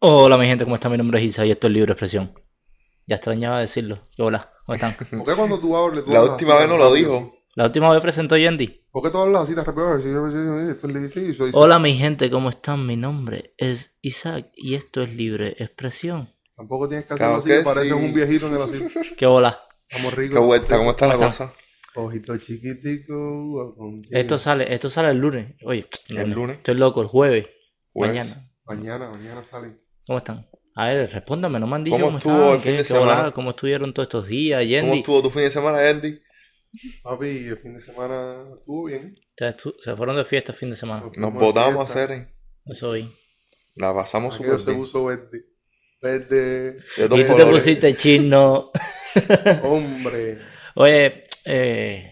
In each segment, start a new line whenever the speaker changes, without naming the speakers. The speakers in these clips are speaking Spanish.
Hola mi gente, ¿cómo está? Mi nombre es Isa y esto es Libre Expresión. Ya extrañaba decirlo. ¿Qué hola? ¿Cómo están?
¿Por qué cuando tú hablas tú
La
hablas
última
así
vez
de
no lo
rápido?
dijo.
La última vez presentó Yendi.
¿Por qué tú hablas así de rápido? Sí, sí, sí, sí, esto es libre, sí, soy-
Hola mi gente, ¿cómo están? Mi nombre es Isaac y esto es Libre Expresión.
Tampoco tienes que
Claro
hacerlo
que
así, pareces
sí.
un viejito en el asilo.
¿Qué hola?
Estamos
Qué
ricos.
vuelta, ¿cómo está la
¿Cómo
cosa?
Ojito chiquitico. contigo.
Esto sale, esto sale el lunes. Oye,
El lunes.
Estoy loco, el jueves.
Jueves.
Mañana.
Mañana, mañana salen.
¿Cómo están? A ver, respóndame, no me han dicho
¿Cómo
cómo,
estuvo
estaban,
el fin
qué-
de
qué hola,
semana?
cómo estuvieron todos estos días,
¿Cómo
Yendi.
estuvo tu fin de semana, Andy?
Papi, el fin de semana estuvo bien.
Ustedes tu- Se fueron de fiesta el fin de semana.
Nos
Fuimos
votamos a
fiesta.
hacer, ¿eh?
Eso vi.
La pasamos
Aquello
súper
se
bien.
puso verde. Verde.
De todos
Y tú te
colores.
pusiste chino.
Hombre.
Oye, eh,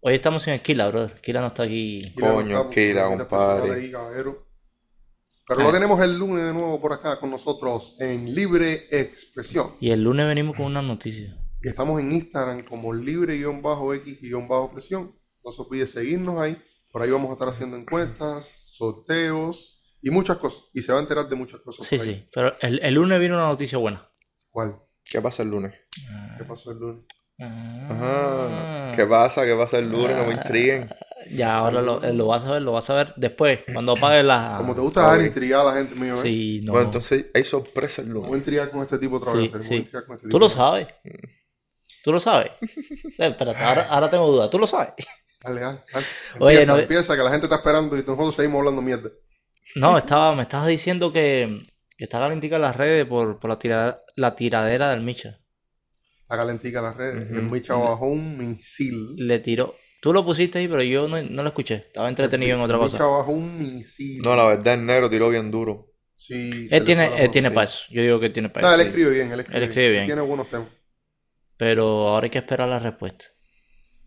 hoy estamos sin Esquila, brother. Esquila no está aquí.
Mira,
Coño,
estamos
Kira,
con una persona
compadre.
de ahí, caballero. Pero
Eh.
lo tenemos el lunes de nuevo por acá con nosotros en Libre Expresión.
Y el lunes venimos con una noticia.
Y estamos en Instagram como libre-x-presión. No se olvide seguirnos ahí. Por ahí vamos a estar haciendo encuestas, sorteos y muchas cosas. Y se va a enterar de muchas cosas.
Sí,
por ahí.
sí. Pero el, el lunes vino una noticia buena.
¿Cuál?
¿Qué pasa el lunes?
¿Qué pasó el lunes?
Ah.
Ah.
Ajá. ¿Qué pasa? ¿Qué pasa el lunes? No me intriguen.
Ya, ahora lo, eh, lo vas a ver, lo vas a ver después, cuando apague la...
Como te gusta dejar
ok.
intrigada a la gente mío, ¿eh?
Ah, Sí, no.
Bueno, entonces hay sorpresa el
Vamos a
lunes.
intrigar con este tipo otra
Sí,
vez. Fer, vamos a
sí.
intrigar con este
Tú
tipo.
lo sabes. Tú lo sabes. Eh, Espérate, ahora, ahora tengo duda. Tú lo sabes.
Dale, dale, dale.
Oye,
Empieza,
no-
empieza, que la gente está esperando y nosotros seguimos hablando mierda.
No, estaba, me estabas diciendo que, que está calentica las redes por, por la, tira- la tiradera del Micha.
La calentica de las redes.
Ujú.
El Micha bajó un misil.
Le tiró. Tú lo pusiste ahí, pero yo no, no lo escuché. Estaba entretenido en otra
El Micha
cosa.
bajó un misil.
No, la verdad, el negro tiró bien duro.
Sí, se
Él
le
tiene,
fue la
él tiene
mano, sí.
para eso. Yo digo que tiene para
No,
eso.
él escribe bien, él escribe,
Él escribe bien.
Tiene buenos temas.
Pero ahora hay que esperar la respuesta.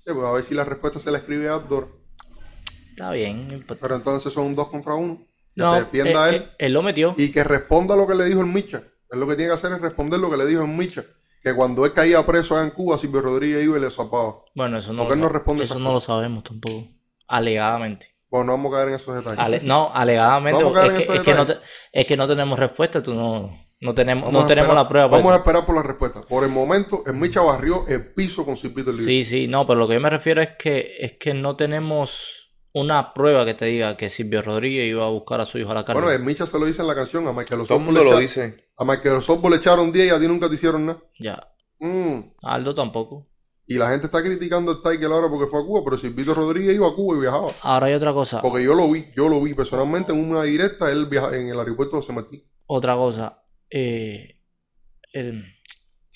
Sí, pues, a ver si la respuesta se la escribe a Abdor.
Está bien, no importa.
Pero entonces son un dos contra uno. Que
No,
se defienda
eh,
él
eh, él lo metió.
y que responda lo que le dijo el Micha. Él lo que tiene que hacer es responder lo que le dijo el Micha. Que cuando él caía preso allá en Cuba, Silvio Rodríguez iba y le zapaba.
Bueno, eso no, lo,
Porque él no
sab-
responde
eso
esas
no lo sabemos tampoco. Alegadamente.
Bueno, no vamos a caer en esos detalles.
Ale- no, alegadamente.
Vamos a caer en
Es que,
esos
es que no
detalles.
te- es que no tenemos respuesta. Tú no, no tenemos,
Vamos
no
a
tenemos
esperar-
la prueba. pues. para
Vamos a
eso.
esperar por la respuesta. Por el momento, el Micha barrió el piso con Silvito Libre.
Sí, sí, no, pero lo que yo me refiero es que, es que no tenemos una prueba que te diga que Silvio Rodríguez iba a buscar a su hijo a la cárcel.
Bueno, el Micha se lo dice en la canción. A Michael
Todo el
Osorbo
mundo
le,
lo
echa-
dice.
a Michael Osorbo le echaron 10 y a ti nunca te hicieron nada.
Ya,
Mm.
Aldo tampoco.
Y la gente está criticando al Tiger ahora porque fue a Cuba, pero Silvito Rodríguez iba a Cuba y viajaba.
Ahora hay otra cosa.
Porque yo lo vi, yo lo vi personalmente en una directa, él viaja en el aeropuerto de San Martín.
Otra cosa, eh, el-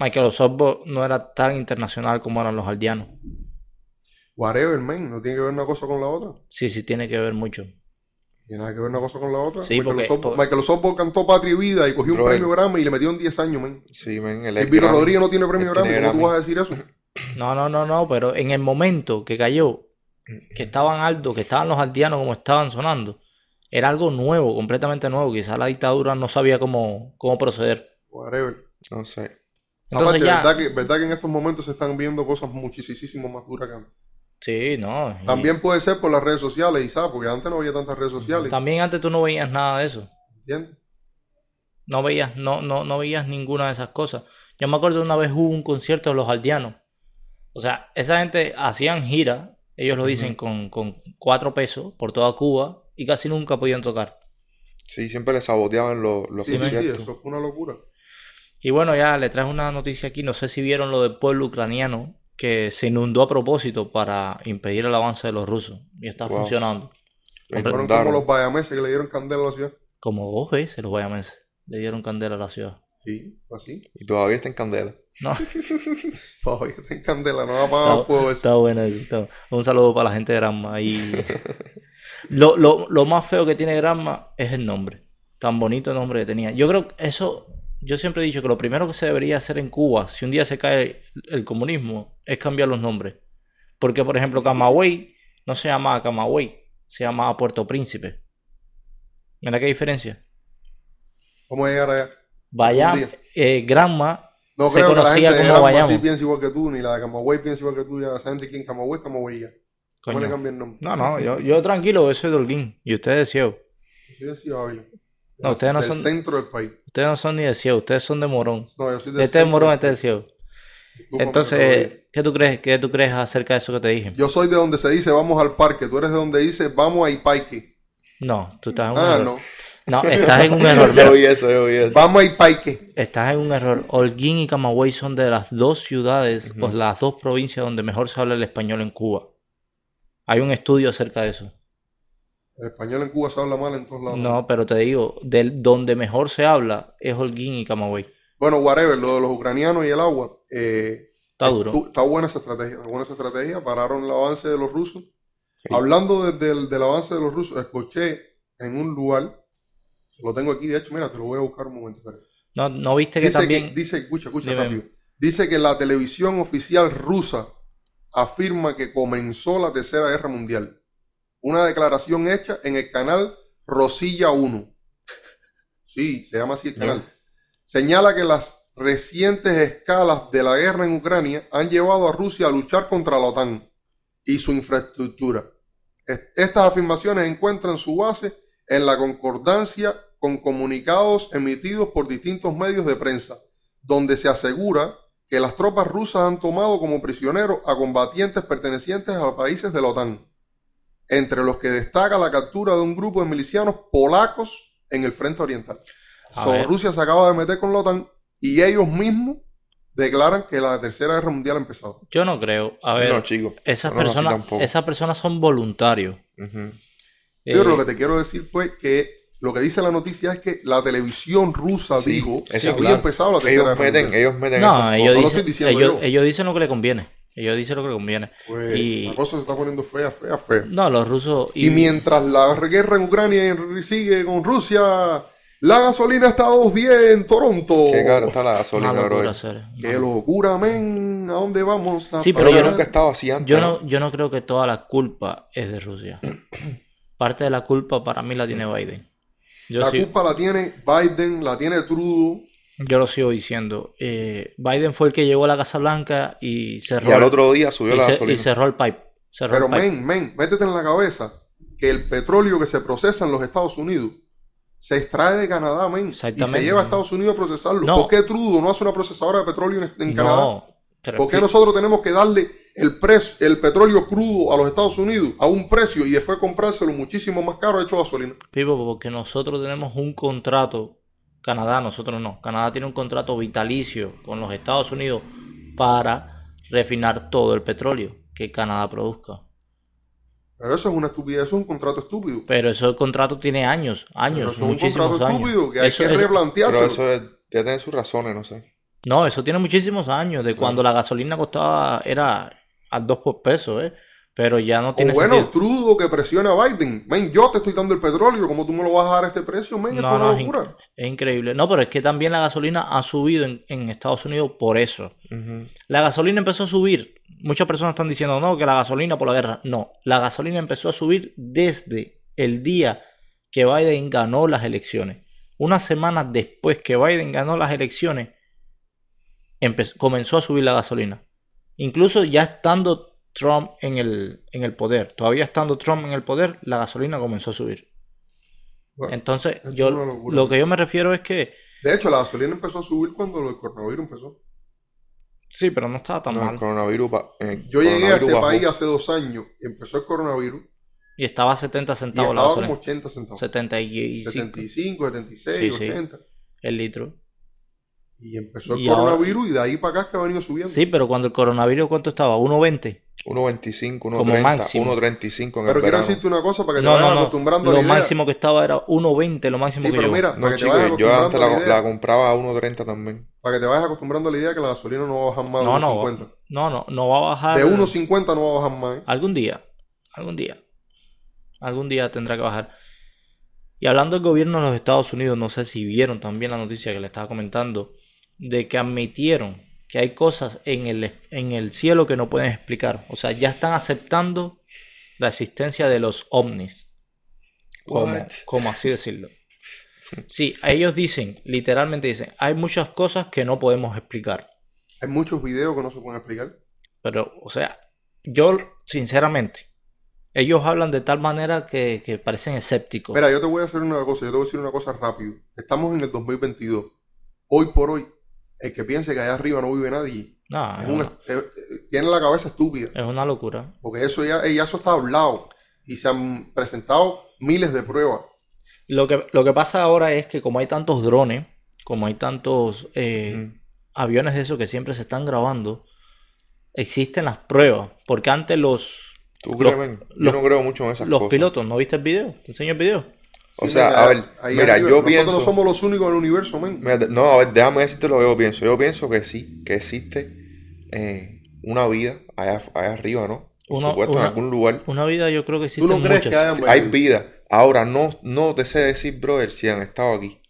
Michael Osorbo no era tan internacional como eran los aldeanos.
Whatever, man, no tiene que ver una cosa con la otra.
Sí, sí, tiene que ver mucho.
Tiene nada que ver una cosa con la otra.
Sí,
Michael,
porque-
Osorbo,
por-
Michael Osorbo cantó Patria y Vida y cogió un
Bro,
premio
el-
Grammy y le metieron 10 años, man.
Sí, men, el
Silvito
Grammy.
Rodríguez no tiene premio
Él
Grammy,
tiene
¿cómo tú
Grammy.
vas a decir eso?
No, no, no, no, pero en el momento que cayó, que estaban altos, que estaban los aldeanos como estaban sonando, era algo nuevo, completamente nuevo. Quizás la dictadura no sabía cómo, cómo proceder.
Whatever.
No sé.
Entonces
Aparte,
ya...
verdad, que, verdad que en estos momentos se están viendo cosas muchísimo más duras que antes.
Sí, no. y-
También puede ser por las redes sociales, y sabes, porque antes no había tantas redes sociales.
También antes tú no veías nada de eso.
¿Entiendes?
No veías, no, no, no veías ninguna de esas cosas. Yo me acuerdo una vez hubo un concierto de los aldeanos. O sea, esa gente hacían gira, ellos lo dicen, con, con cuatro pesos por toda Cuba y casi nunca podían tocar.
Sí, siempre le saboteaban los, los
Sí, sí, sí,
conciertos.
eso es una locura.
Y bueno, ya le traes una noticia aquí. No sé si vieron lo del pueblo ucraniano que se inundó a propósito para impedir el avance de los rusos. Y está
Wow.
funcionando.
Lo
Hombre,
Fueron
inundaron.
como los bayameses que le dieron candela a la ciudad.
Como dos veces los guayamenses le dieron candela a la ciudad.
Sí, así.
Y todavía está en candela.
No.
Todavía está en candela, no ha apagado
Está-
fuego eso.
Está bueno eso, está bueno. Un saludo para la gente de Granma. Y... lo, lo- lo más feo que tiene Granma es el nombre. Tan bonito el nombre que tenía. Yo creo que eso, yo siempre he dicho que lo primero que se debería hacer en Cuba, si un día se cae el, el comunismo, es cambiar los nombres. Porque, por ejemplo, Camagüey no se llama Camagüey, se llama Puerto Príncipe. Mira qué diferencia.
Vamos a llegar allá.
Vaya,
Un día.
eh, Granma
No
Se
creo que la
conocía
gente de
como
Granma sí
Bayamo.
piense igual que tú, ni la de Camagüey piensa igual que tú. Ya esa gente aquí en Camagüey, es Camagüey ya. ¿Cómo le
coño.
cambian el nombre?
No, no, yo, yo tranquilo, yo soy de Holguín y ustedes de Ciego.
Yo decía Ávila.
No, ustedes no
del
son-
centro del país.
Ustedes no son ni de ciego, ustedes son de morón.
No, yo soy del
Este es
centro
morón,
del
este es de
país.
ciego.
Discúlpame, pero
Entonces, ¿qué tú crees? ¿Qué tú crees acerca de eso que te dije?
Yo soy de donde se dice vamos al parque. Tú eres de donde dice vamos a Ipaique.
No, tú estás en un
Ah,
error.
no.
No. estás en un error.
Yo
mira,
vi eso, yo vi eso.
Vamos a Ipaique.
estás en un error. Holguín y Camagüey son de las dos ciudades, o las dos provincias donde mejor se habla el español en Cuba. Hay un estudio acerca de eso.
El español en Cuba se habla mal en todos lados.
No, pero te digo, del donde mejor se habla es Holguín y Camagüey.
Bueno, whatever, lo de los ucranianos y el agua. eh,
Está duro.
Tú- Está buena esa estrategia, está buena esa estrategia. Pararon el avance de los rusos. Hablando de- del- del avance de los rusos, escuché en un lugar, lo tengo aquí, de hecho, mira, te lo voy a buscar un momento. espera.
No, no viste que
Dice
también.
que, dice, escucha, escucha
Dime.
rápido. Dice que la televisión oficial rusa afirma que comenzó la Tercera Guerra Mundial. Una declaración hecha en el canal Rosilla 1. Sí, se llama así el canal. Señala que las recientes escalas de la guerra en Ucrania han llevado a Rusia a luchar contra la OTAN y su infraestructura. Est- Estas afirmaciones encuentran su base en la concordancia con comunicados emitidos por distintos medios de prensa, donde se asegura que las tropas rusas han tomado como prisioneros a combatientes pertenecientes a países de la OTAN, entre los que destaca la captura de un grupo de milicianos polacos en el frente oriental.
A
So,
ver.
Rusia se acaba de meter con la OTAN y ellos mismos declaran que la Tercera Guerra Mundial ha empezado.
Yo no creo. A ver,
No, chico.
esas,
no, no, así
personas,
tampoco.
esas personas son voluntarios.
Ujú.
Yo
Eh,
lo que te quiero decir fue que lo que dice la noticia es que la televisión rusa
Sí,
dijo que
eso
había
claro.
empezado la tercera
Ellos
guerra
meten,
mundial.
ellos meten
No,
esas
ellos
No lo
dicen,
estoy diciendo
ellos,
yo.
ellos dicen lo que le conviene. Ellos dicen lo que le conviene.
Pues,
Y-
La cosa se está poniendo fea, fea, fea.
No, los rusos.
Y, mientras la guerra en Ucrania sigue con Rusia, la gasolina está a 2.10 en Toronto.
cosas. Oh, Qué caro está la
Una
gasolina,
locura,
bro.
serio.
Qué locura, men. ¿A dónde vamos? a
Sí,
Pero
Pero
yo
yo-
nunca he estado así antes.
Yo no, yo no creo que toda la culpa es de Rusia. Parte de la culpa para mí la tiene Biden. Yo,
La
sigo-
culpa la tiene Biden, la tiene Trudeau.
yo lo sigo diciendo. Eh, Biden fue el que llegó a la Casa Blanca y cerró,
Y al
el-
otro día subió
y
la
ce- y
gasolina.
cerró el pipe. Cerró
Pero,
el pipe.
men, men, métete en la cabeza que el petróleo que se procesa en los Estados Unidos se extrae de Canadá, men, y se
Exactamente.
lleva a Estados Unidos a procesarlo.
No.
¿Por qué Trudeau no hace una procesadora de petróleo en, en Canadá?
No. pero
¿Por qué
expli-
nosotros tenemos que darle el, precio, el petróleo crudo a los Estados Unidos a un precio y después comprárselo muchísimo más caro hecho gasolina?
Pipo, porque nosotros tenemos un contrato, Canadá, nosotros no, Canadá tiene un contrato vitalicio con los Estados Unidos para refinar todo el petróleo que Canadá produzca.
Pero eso es una estupidez, eso es un contrato estúpido.
Pero ese contrato tiene años,
Pero
años,
eso es un
muchísimos
contrato
años.
estúpido que hay
Eso-
que
eso-
Pero
replantearse.
eso es- ya tiene sus razones, no sé.
no, eso tiene muchísimos años, de cuando la gasolina costaba, era a dos por peso, ¿eh? Pero ya no
O
tiene
bueno,
sentido.
Trudeau que presiona a Biden. Men, yo te estoy dando el petróleo, ¿cómo tú me lo vas a dar a este precio? Men, esto
No,
es una
no, es, in-
locura.
es increíble. No, pero es que también la gasolina ha subido en, en Estados Unidos por eso.
Ujú.
La gasolina empezó a subir. Muchas personas están diciendo, no, que la gasolina por la guerra. No, la gasolina empezó a subir desde el día que Biden ganó las elecciones. Una semana después que Biden ganó las elecciones, empe- comenzó a subir la gasolina. Incluso ya estando Trump en el, en el poder, todavía estando Trump en el poder, la gasolina comenzó a subir.
Bueno,
Entonces,
esto
yo,
es una locura.
lo que yo me refiero es que,
De hecho, la gasolina empezó a subir cuando el coronavirus empezó.
sí, pero no estaba tan
No, el
mal.
coronavirus. va- eh,
Yo llegué a
coronavirus
este
bajó.
país hace dos años, empezó el coronavirus
Y estaba a 70
y
centavos la
estaba como
gasolina.
80 centavos.
75.
75, 76,
Sí, sí.
80.
el litro.
Y empezó el
Y ahora-
coronavirus y de ahí para acá es que ha venido subiendo.
Sí, pero cuando el coronavirus, ¿cuánto estaba? ¿1.20?
1.25,
Como
1.30,
máximo.
1.35 en
Pero
el
quiero
verano.
decirte una cosa para que te
No,
vayas
no,
acostumbrando
no.
a
Lo
la idea.
máximo que estaba era 1.20, lo máximo
Sí,
que
pero
llegó.
mira,
No,
para, que te
chico,
vayas
yo antes
acostumbrando a
la,
la, idea,
la compraba a 1.30 también.
para que te vayas acostumbrando a la idea que la gasolina no va a bajar más de
No, no,
1.50.
no, no, no va a bajar.
De 1.50 no va a bajar más. ¿eh?
Algún día, algún día. Algún día tendrá que bajar. Y hablando del gobierno de los Estados Unidos, no sé si vieron también la noticia que le estaba comentando, de que admitieron que hay cosas en el, en el cielo que no pueden explicar. O sea, ya están aceptando la existencia de los ovnis. como,
What?
como así decirlo. Sí, ellos dicen, literalmente dicen, hay muchas cosas que no podemos explicar.
Hay muchos videos que no se pueden explicar.
Pero, o sea, yo sinceramente, Ellos hablan de tal manera que, que parecen escépticos.
Mira, yo te voy a hacer una cosa, yo te voy a decir una cosa rápido. Estamos en el 2022. Hoy por hoy, el que piense que allá arriba no vive nadie,
Ah, No, es,
es una-
una,
es- es- eh, tiene la cabeza estúpida.
es una locura.
Porque eso ya, eh, ya eso está hablado. Y se han presentado miles de pruebas.
Lo que, lo que pasa ahora es que como hay tantos drones, como hay tantos eh,
Mm.
aviones de esos que siempre se están grabando, existen las pruebas. Porque antes los,
Tú
Los-
créeme, yo
los-
no creo mucho en esas
los
cosas.
pilotos, ¿no viste el video? ¿Te enseño el video?
O
Sí,
sea,
mira,
a ver,
ahí
mira,
arriba,
yo
nosotros
pienso.
no somos los únicos en el universo, men.
Mira, de- no, a ver, déjame decirte lo que yo pienso. Yo pienso que sí, que existe eh, una vida allá, allá arriba, ¿no? Por
Una-
supuesto,
una-
en algún lugar.
Una vida yo creo que
¿Tú
existen
no crees que
muchas.
hayan
Hay vida. Ahora, no, no te sé decir, brother, si han estado aquí.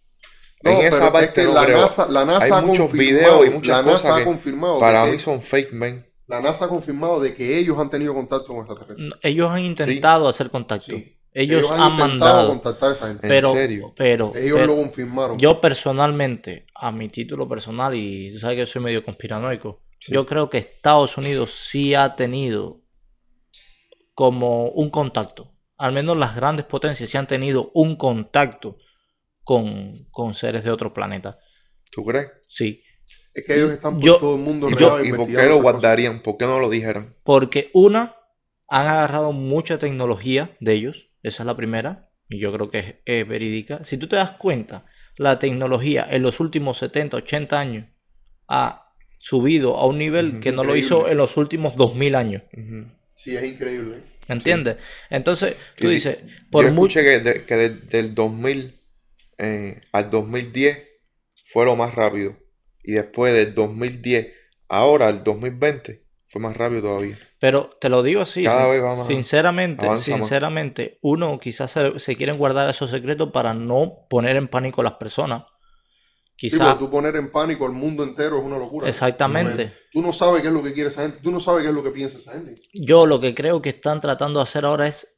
No,
en
pero
esa
es
parte
que
no
la
creo.
NASA, la NASA
Hay
ha
muchos
confirmado-
videos y muchas
la NASA
cosas
ha
que
confirmado
Para
de
mí
que-
son fake, man.
la NASA ha confirmado de que ellos han tenido contacto con extraterrestres.
No, Ellos han intentado hacer contacto.
Sí.
Ellos, han,
intentado
mandado.
contactar a esa gente.
¿En
Pero,
serio?
pero,
ellos
pero
lo confirmaron.
yo personalmente, a mi título personal, y tú sabes que yo soy medio conspiranoico,
Sí.
yo creo que Estados Unidos sí ha tenido como un contacto. Al menos las grandes potencias sí han tenido un contacto con, con seres de otro planeta.
¿Tú crees?
Sí.
es que ellos están por
yo-
todo el mundo
¿Y,
regado
por- y por qué
investigando
lo
esas
guardarían? ¿Por qué no lo dijeran?
Porque una, han agarrado mucha tecnología de ellos. Esa es la primera. Y yo creo que es, es verídica. Si tú te das cuenta, la tecnología en los últimos 70, 80 años ha subido a un nivel
Ujú,
que no lo
increíble.
hizo en los últimos 2000 años.
Ujú.
cosas. Sí, es increíble. ¿eh?
¿Entiendes? Entonces, tú
Y-
dices, por
Yo
mucho...
escuché que, de- que de- del 2000 eh, al 2010 fue lo más rápido. Y después del 2010, ahora al 2020, fue más rápido todavía.
Pero te lo digo así,
Cada
sin-
vez va más-
sinceramente,
avanza más.
sinceramente, uno quizás se, se quieren guardar esos secretos para no poner en pánico a las personas.
pues,
Sí, pero
Quizás,
tú poner en pánico al mundo entero es una locura.
exactamente.
Tú no sabes qué es lo que quiere esa gente. Tú no sabes qué es lo que piensa esa gente.
Yo lo que creo que están tratando de hacer ahora es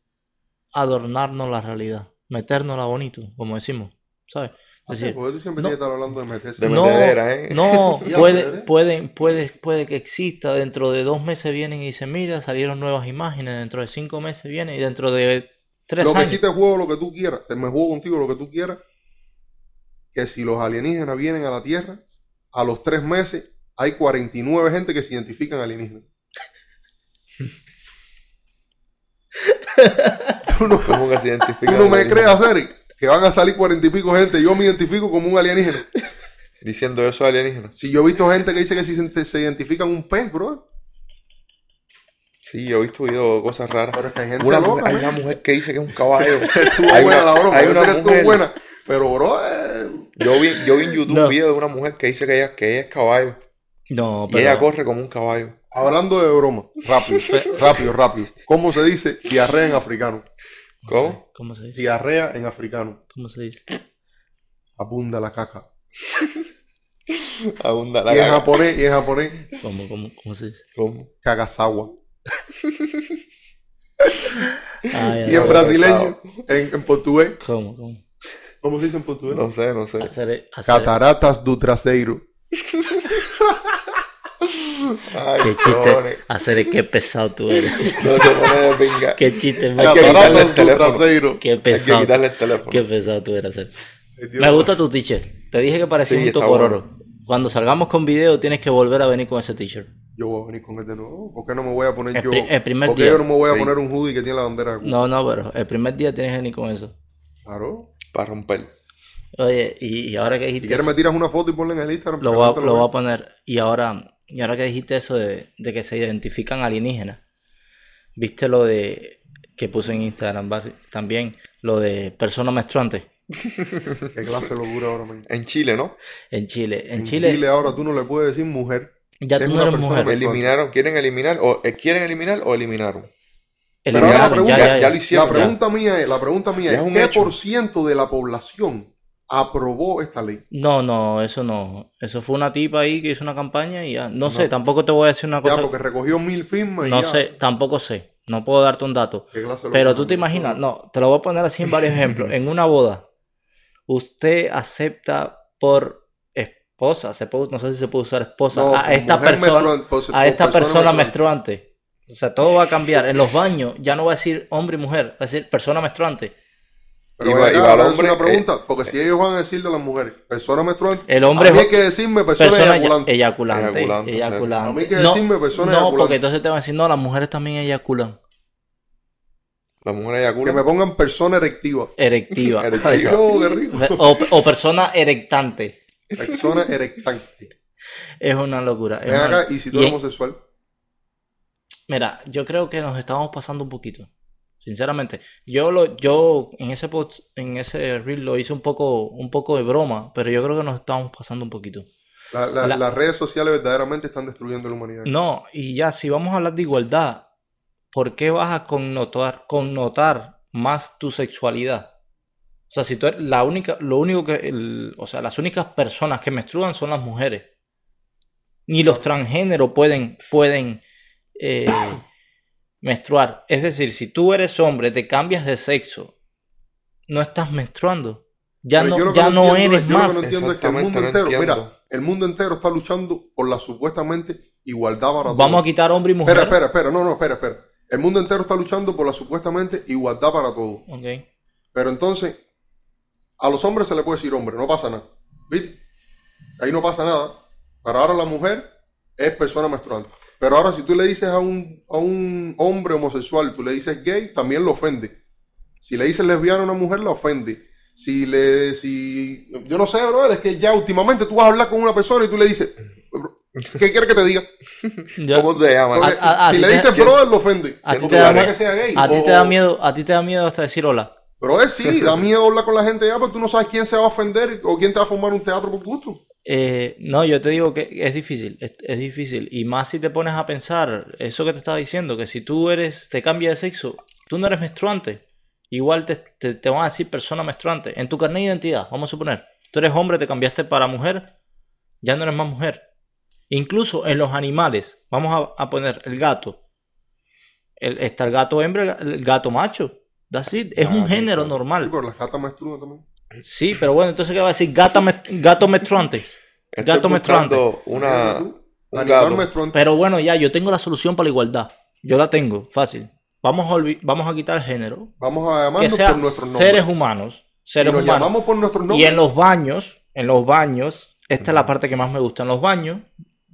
adornarnos la realidad, metérnosla bonito, como decimos, ¿sabes? Es
Así,
decir,
porque tú siempre
no-
tienes que estar hablando de meterse.
De
no,
metedera, ¿eh?
no,
Sí, hacer,
puede,
¿eh?
puede, puede, puede que exista, dentro de dos meses vienen y dicen, mira, salieron nuevas imágenes, dentro de cinco meses vienen y dentro de tres
Lo que
años.
sí te juego lo que tú quieras, te me juego contigo lo que tú quieras, que si los alienígenas vienen a la Tierra, a los tres meses hay 49 gente que se identifican alienígenas. tú no,
¿Cómo que se identifica?
tú no
la
me
línea?
creas, Eric, que van a salir cuarenta y pico gente, yo me identifico como un alienígena.
Diciendo eso alienígena.
Si yo he visto gente que dice que se, se identifican un pez, bro.
Sí, yo he visto videos, cosas raras.
Pero es que hay gente
Una
loca,
mujer- hay
¿no?
una mujer que dice que es un caballo.
Estuvo
Hay
buena
una-
la broma,
hay
yo sé
una
que estuvo
mujer-
buena, pero bro, eh,
Yo vi, yo vi en YouTube
No.
un video de una mujer que dice que ella, que ella es caballo.
No,
Y ella
pero
corre como un caballo.
hablando de broma, rápido, rápido, rápido. ¿Cómo se dice diarrea en africano?
¿Cómo?
¿cómo se dice?
Diarrea en africano.
¿Cómo se dice?
Abunda la caca.
Abunda la
Y en
caca.
japonés, y en japonés,
¿Cómo, cómo, cómo se dice?
¿Cómo?
kagasawa.
Ay, ay,
Y en
ay.
brasileño, en, en portugués,
¿Cómo, cómo?
¿cómo se dice en portugués?
No sé, no sé.
Hacer, hacer...
Cataratas do traseiro.
Ay,
Qué
cojones.
chiste, hacer qué pesado tú eres.
No se pone de pinga.
Qué chiste,
Hay
macho.
que quitarle
Cataratas
el
do
teléfono.
traseiro.
Qué
Hay que
pesado.
quitarle el teléfono.
Qué pesado tú eras. Ser.
Ay, Dios.
Me gusta tu t-shirt. Te dije que parecía
Sí,
un
está
tocororo. Cuando salgamos con video tienes que volver a venir con ese t-shirt.
Yo voy a venir con este nuevo. ¿Por qué no me voy a poner
El
yo?
pri- el primer
¿Por qué
día.
yo no me voy a
Sí.
poner un hoodie que tiene la bandera de Cuba?
No, no, pero el primer día tienes que venir con eso.
Claro.
Para romper.
Oye, y, y ahora que
Si
dijiste
quieres
eso,
me tiras una foto y ponla en el Instagram.
lo,
porque
voy
la
a,
gente
lo
ve.
voy a poner. Y ahora, y ahora que dijiste eso de, de que se identifican alienígenas, viste lo de que puse en Instagram basi- también, lo de personas menstruantes
Qué clase de locura ahora, man.
En Chile, ¿no?
en Chile. En,
En
Chile,
Chile ahora tú no le puedes decir mujer.
ya
es
tú no
una
eres
persona
mujer.
menstruante.
Eliminaron, quieren eliminar, o eh, quieren eliminar o eliminaron.
Pero ahora la
Eliminaron, ya,
pregunta-
ya,
ya
ya.
lo hicieron.
la pregunta mía es, la pregunta mía
Ya
es,
es un
¿qué
hecho.
por ciento de la población aprobó esta ley?
No, no, eso no. Eso fue una tipa ahí que hizo una campaña y ya. No, sé, tampoco te voy a decir una
Ya,
cosa.
porque recogió mil firmas y
No
ya.
sé, tampoco sé. No puedo darte un dato.
Qué clase de
Pero
locura,
tú te
man.
imaginas, no, te lo voy a poner así en varios ejemplos. En una boda, usted acepta por esposa, se puede- no sé si se puede usar esposa,
No,
a
con
esta
mujer pues,
persona,
menstruante, por-
a
por
esta persona
menstruante.
menstruante. O sea, todo va a cambiar. En los baños ya no va a decir hombre y mujer, va a decir persona menstruante.
Pero
Y
ven
va-
acá,
y va al
ahora es una
eh.
hombre,
pregunta, porque si ellos van a decirle a las mujeres, persona menstruante,
El hombre
a mí
es-
hay que decirme persona,
Persona eyaculante.
eyaculante.
Eyaculante.
Eyaculante, o sea,
eyaculante.
a mí que
no,
decirme persona
no,
eyaculante.
porque entonces te van a decir, no, las mujeres también eyaculan.
La mujer
Que
eyacula.
me pongan persona erectiva.
Erectiva.
Erectiva.
Ay,
Esa.
no, qué rico.
o, o persona erectante.
Persona erectante.
Es una locura. es
Ven
una-
acá, y si tú
y
eres
es-
homosexual,
Mira, yo creo que nos estamos pasando un poquito. Sinceramente, yo lo, yo en ese post, en ese reel lo hice un poco, un poco de broma, pero yo creo que nos estamos pasando un poquito.
la- la-
La-
las redes sociales verdaderamente están destruyendo la humanidad.
No, y ya, si vamos a hablar de igualdad, ¿por qué vas a connotar, connotar más tu sexualidad? O sea, si tú eres la única, lo único que, el- o sea, las únicas personas que menstruan son las mujeres. Ni los transgéneros pueden, pueden eh, menstruar. Es decir, si tú eres hombre, te cambias de sexo, no estás menstruando. Ya
Pero
no,
yo lo que
ya no
entiendo-
eres
yo lo que
más.
no entiendo es que el
Exactamente,
mundo
no
entero,
entiendo.
mira, el mundo entero está luchando por la supuestamente igualdad para todos.
Vamos a quitar hombre y mujer.
Espera, espera, espera, no, no, espera, espera. El mundo entero está luchando por la supuestamente igualdad para todos.
Ok.
Pero entonces, a los hombres se le puede decir hombre, no pasa nada. ¿Viste? Ahí no pasa nada. Pero ahora la mujer es persona menstruante. Pero ahora si tú le dices a un, a un hombre homosexual, tú le dices gay, también lo ofende. Si le dices lesbiana a una mujer, la ofende. Si le, si, yo no sé, bro, es que ya últimamente tú vas a hablar con una persona y tú le dices, ¿qué quieres que te diga?
Ya.
¿Cómo te llamas?
Porque
a- a
si
ti
le
te-
dices brother, lo ofende.
a ti
Porque
te da
no es
miedo-
que sea gay.
A ti te
O-
da miedo, a ti te da miedo hasta decir hola.
Pero es sí, da miedo hablar con la gente ya, pero tú no sabes quién se va a ofender o quién te va a formar un teatro por gusto.
Eh, no, yo te digo que es difícil, es, es difícil. Y más si te pones a pensar, eso que te estaba diciendo, que si tú eres, te cambias de sexo, tú no eres menstruante. Igual te, te- te van a decir persona menstruante. En tu carnet de identidad, vamos a suponer, tú eres hombre, te cambiaste para mujer, ya no eres más mujer. Incluso en los animales, vamos a, a poner el gato. El, está el gato hembra, el gato macho. That's it. Es un
Gato,
género
Ah, claro.
Sí,
normal.
pero las gatas menstruan también.
Sí, pero bueno, entonces ¿qué va a decir? Gata mest- gato menstruante.
Estoy
gato
Este buscando
Mira
Una,
tú,
un
animal
gato.
menstruante.
Pero bueno, ya, yo tengo la solución para la igualdad. Yo la tengo, fácil. Vamos a, olvi- vamos a quitar el género.
Vamos a
Que
llamarnos por
sean
nuestros nombres.
seres humanos.
y
Seres
nos
humanos.
llamamos por nuestros
Y
nombres.
en los baños, en los baños, esta es la parte que más me gusta. En los baños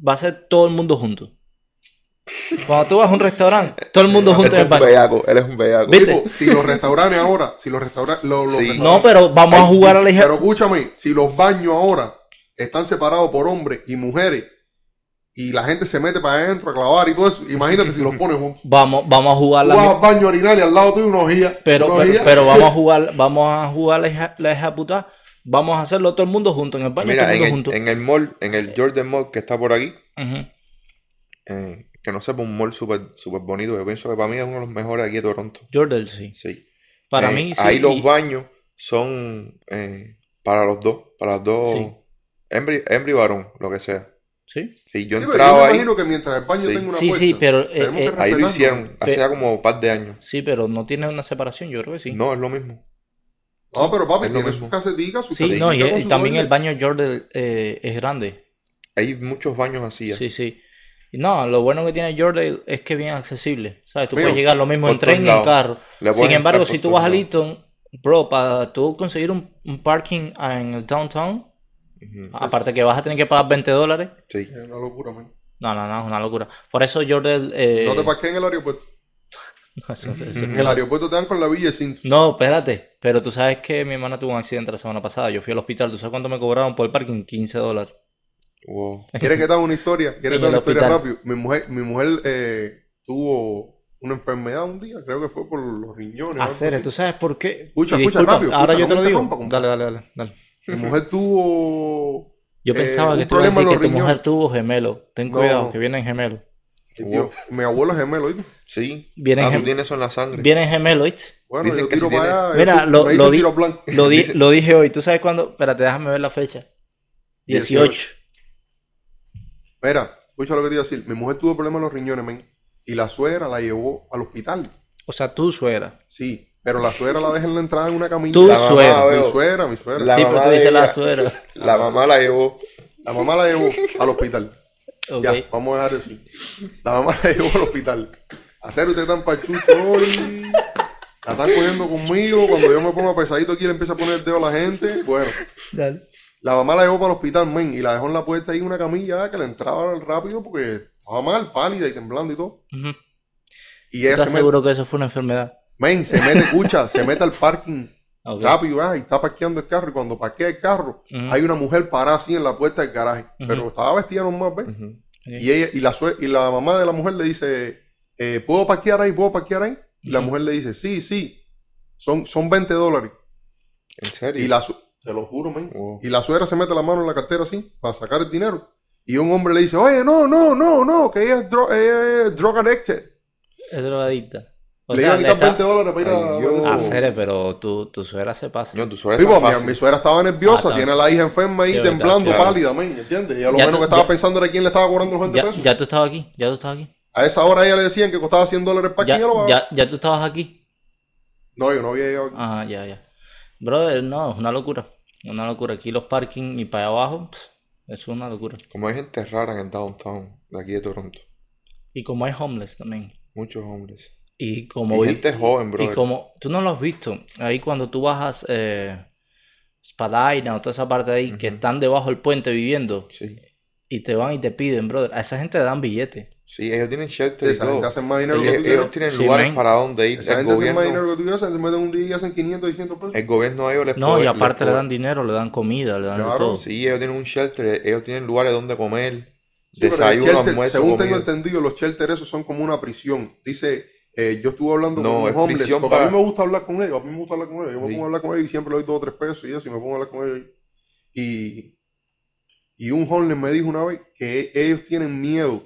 va a ser todo el mundo junto. Cuando tú vas a un restaurante, todo el mundo junto en
Este
el
es un
baño.
bellaco, él es un bellaco.
¿Viste?
Tipo, si los restaurantes ahora, si los restaurantes, los, los
Sí.
restaurantes-
No, pero vamos a jugar a la
Pero
hija.
escúchame, si los baños ahora están separados por hombres y mujeres y la gente se mete para adentro a clavar y todo eso, imagínate si los pones juntos.
Vamos, vamos a jugar
Tú
la
vas al baño a orinar y al lado tuyo una orgía.
Pero, pero,
una orgía.
pero vamos a jugar, vamos a jugar la hija, la hija puta. Vamos a hacerlo todo el mundo junto en el baño, todo
Mira,
el
en
mundo
el,
junto.
en el mall, en el Jordan Mall que está por aquí,
Ujú.
eh, que no sepa, un mall súper super bonito. Yo pienso que para mí es uno de los mejores aquí de Toronto.
Jordan, sí.
Sí.
Para
Eh,
mí, sí.
Ahí los
y-
baños son eh, para los dos, para los dos,
Sí.
hembra y- hembra y varón, lo que sea.
Sí.
Si
Sí, pero yo
yo
me
entraba ahí,
imagino que mientras el baño
Sí.
tenga una
Sí,
puerta,
sí, pero, eh,
tenemos que
eh,
ahí lo
respetarlo.
hicieron,
Pe-
hacía como un par de años.
Sí, pero no tiene una separación, yo creo que sí.
No, es lo mismo.
No, pero papi,
Es lo
tiene
mismo.
sus caseticas, sus
sí,
sí,
no, y, eh,
caseticas con
y
su
también
toalla.
el baño Jordan eh, es grande.
Hay muchos baños así. eh. ya.
Sí, sí. Y No, lo bueno que tiene Jordan es que es bien accesible. ¿Sabes? Tú
Mira,
puedes llegar lo mismo
por
en tren
todos
y en
lados.
carro.
Le puedes
Sin
entrar
embargo,
por
si tú
todos
vas a
lados.
Lytton, bro, para tú conseguir un, un parking ah, en el downtown,
Ujú.
Pues aparte que vas a tener que pagar 20 dólares.
Sí.
Es una locura, man.
No, no, no, es una locura. Por eso Jordan... eh,
No te parques en el aeropuerto.
no, eso- eso-
En el aeropuerto te dan con la villa y cinto.
No, espérate. Pero tú sabes que mi hermana tuvo un accidente la semana pasada. Yo fui al hospital. ¿Tú sabes cuánto me cobraron por el parking? 15 dólares.
Wow.
¿Quieres que te haga una historia? ¿Quieres que
En
te haga
el
una historia
hospital.
rápido? Mi mujer, mi mujer eh, tuvo una enfermedad un día, creo que fue por los riñones. o algo
Hacer,
así.
¿tú sabes por qué?
Escucha,
Y
escucha,
disculpa,
rápido,
Ahora
escucha,
yo te
no
lo
me
digo.
interrumpa, compa.
dale, dale, dale, dale.
Mi mujer tuvo.
Yo
Eh,
pensaba
un
que tú ibas a decir
problema en
que
los
tu
riñones.
mujer tuvo gemelo. Ten
No.
cuidado, que vienen gemelos.
sí, tío, mi abuelo es gemelo, ¿oíste?
Sí.
Vienen
Ah,
gem-
tú tienes eso en la sangre.
Vienen gemelos, ¿viste?
Bueno,
Dicen
yo
que si
tiro para
tiene-
allá. yo
Mira,
soy-
lo-
me hice
lo
un
di-
tiro blanco.
Lo, di-
Dice-
lo dije hoy. ¿Tú sabes cuándo? Espérate, déjame ver la fecha. 18.
18. Mira, escucha lo que te iba a decir. Mi mujer tuvo problemas en los riñones, men. Y la suegra la llevó al hospital.
O sea, tu suegra.
Sí, pero la suegra la deja en la entrada en una camilla.
Tú,
La
La-
mamá,
suegra.
mi
veo,
suegra, mi suegra.
La
sí, pero
mamá
tú
de
dices la
ella.
suegra.
la mamá la llevó.
La mamá la llevó al hospital.
Ok.
Ya, vamos a dejar eso. La mamá la llevó al hospital. Hacer usted tan pachucho hoy. La están cogiendo conmigo. Cuando yo me pongo pesadito aquí, le empieza a poner el dedo a la gente. Bueno,
Dale.
la mamá la llevó para el hospital, men, y la dejó en la puerta ahí en una camilla que le entraba rápido porque estaba mal, pálida y temblando y todo.
Ujú.
Y ella
¿Estás
se mete,
seguro que eso fue una enfermedad?
men, se mete, escucha, se mete al parking
Ah, ok.
rápido ah, y está parqueando el carro. Y cuando parquea el carro,
Ujú.
hay una mujer parada así en la puerta del garaje.
Ujú.
Pero estaba vestida normal, ¿ves?
Ujú.
Ok.
Y, ella, y, la sue- y la mamá de la mujer le dice, eh, ¿puedo parquear ahí? ¿Puedo parquear ahí? Y la
Ujú.
mujer le dice, sí, sí, son, son 20 dólares.
¿En serio?
Y la su- te lo juro, men.
Wow.
Y la suegra se mete la mano en la cartera así, para sacar el dinero. Y un hombre le dice, oye, no, no, no, no, que ella es, dro ella es drug adicted.
Es drogadicta. O
le
sea,
iba a
le
quitar
está-
20 dólares para ir a...
Ay, Dios.
Ah,
Oh.
Cere, pero tu, tu suegra se pasa.
No, tu suegra
Sí,
está
pues, mi,
fácil.
mi suegra estaba nerviosa,
Ah, está.
tiene a la hija enferma ahí
Sí, verdad,
temblando,
claro.
pálida, men, ¿entiendes? Y a lo
Ya
menos
tú-
que estaba
ya-
pensando era quién le estaba cobrando los 20
ya,
pesos.
ya tú estabas aquí, ya tú estabas aquí.
A esa hora ella le decían que costaba 100 dólares para
Ya,
quién ya lo pagaba.
ya, ya tú estabas aquí.
No, yo no había llegado.
Ah, ya, ya. Brother, no, es una locura. Una locura. Aquí los parking y para allá abajo, pss, es una locura.
Como hay gente rara en el downtown de aquí de Toronto.
Y como hay homeless también.
Muchos hombres.
Y
Y
como vi-
gente joven,
y
brother.
como tú no lo has visto, ahí cuando tú bajas eh, Spadina o toda esa parte de ahí, que están debajo del puente viviendo
Sí.
y te van y te piden, brother, a esa gente le dan billetes.
Sí, ellos tienen shelter y
Esa gente
todo.
hace más dinero
Ellos,
que tú. tienes.
ellos tienen
Sí,
lugares
man.
para donde ir.
Esa
El
gente hace más dinero
gobierno,
que tú y hacen, se meten un día y hacen 500, 600 pesos.
el gobierno a ellos les
No,
provee-
y
les
aparte le
provee-
dan dinero, le dan comida, le dan de
Claro,
todo.
Sí, ellos tienen un shelter, ellos tienen lugares donde comer,
Sí, pero el
desayuno,
shelter,
almuerzo,
Según
comida.
tengo entendido, los shelters esos son como una prisión. Dice, eh, yo estuve hablando
No,
con
es
unos hombres,
prisión
porque a
para-
mí me gusta hablar con ellos, a mí me gusta hablar con ellos. Yo me
Sí.
pongo a hablar con ellos y siempre le doy dos o tres pesos y eso, y me pongo a hablar con ellos. Y, y un homeless me dijo una vez que ellos tienen miedo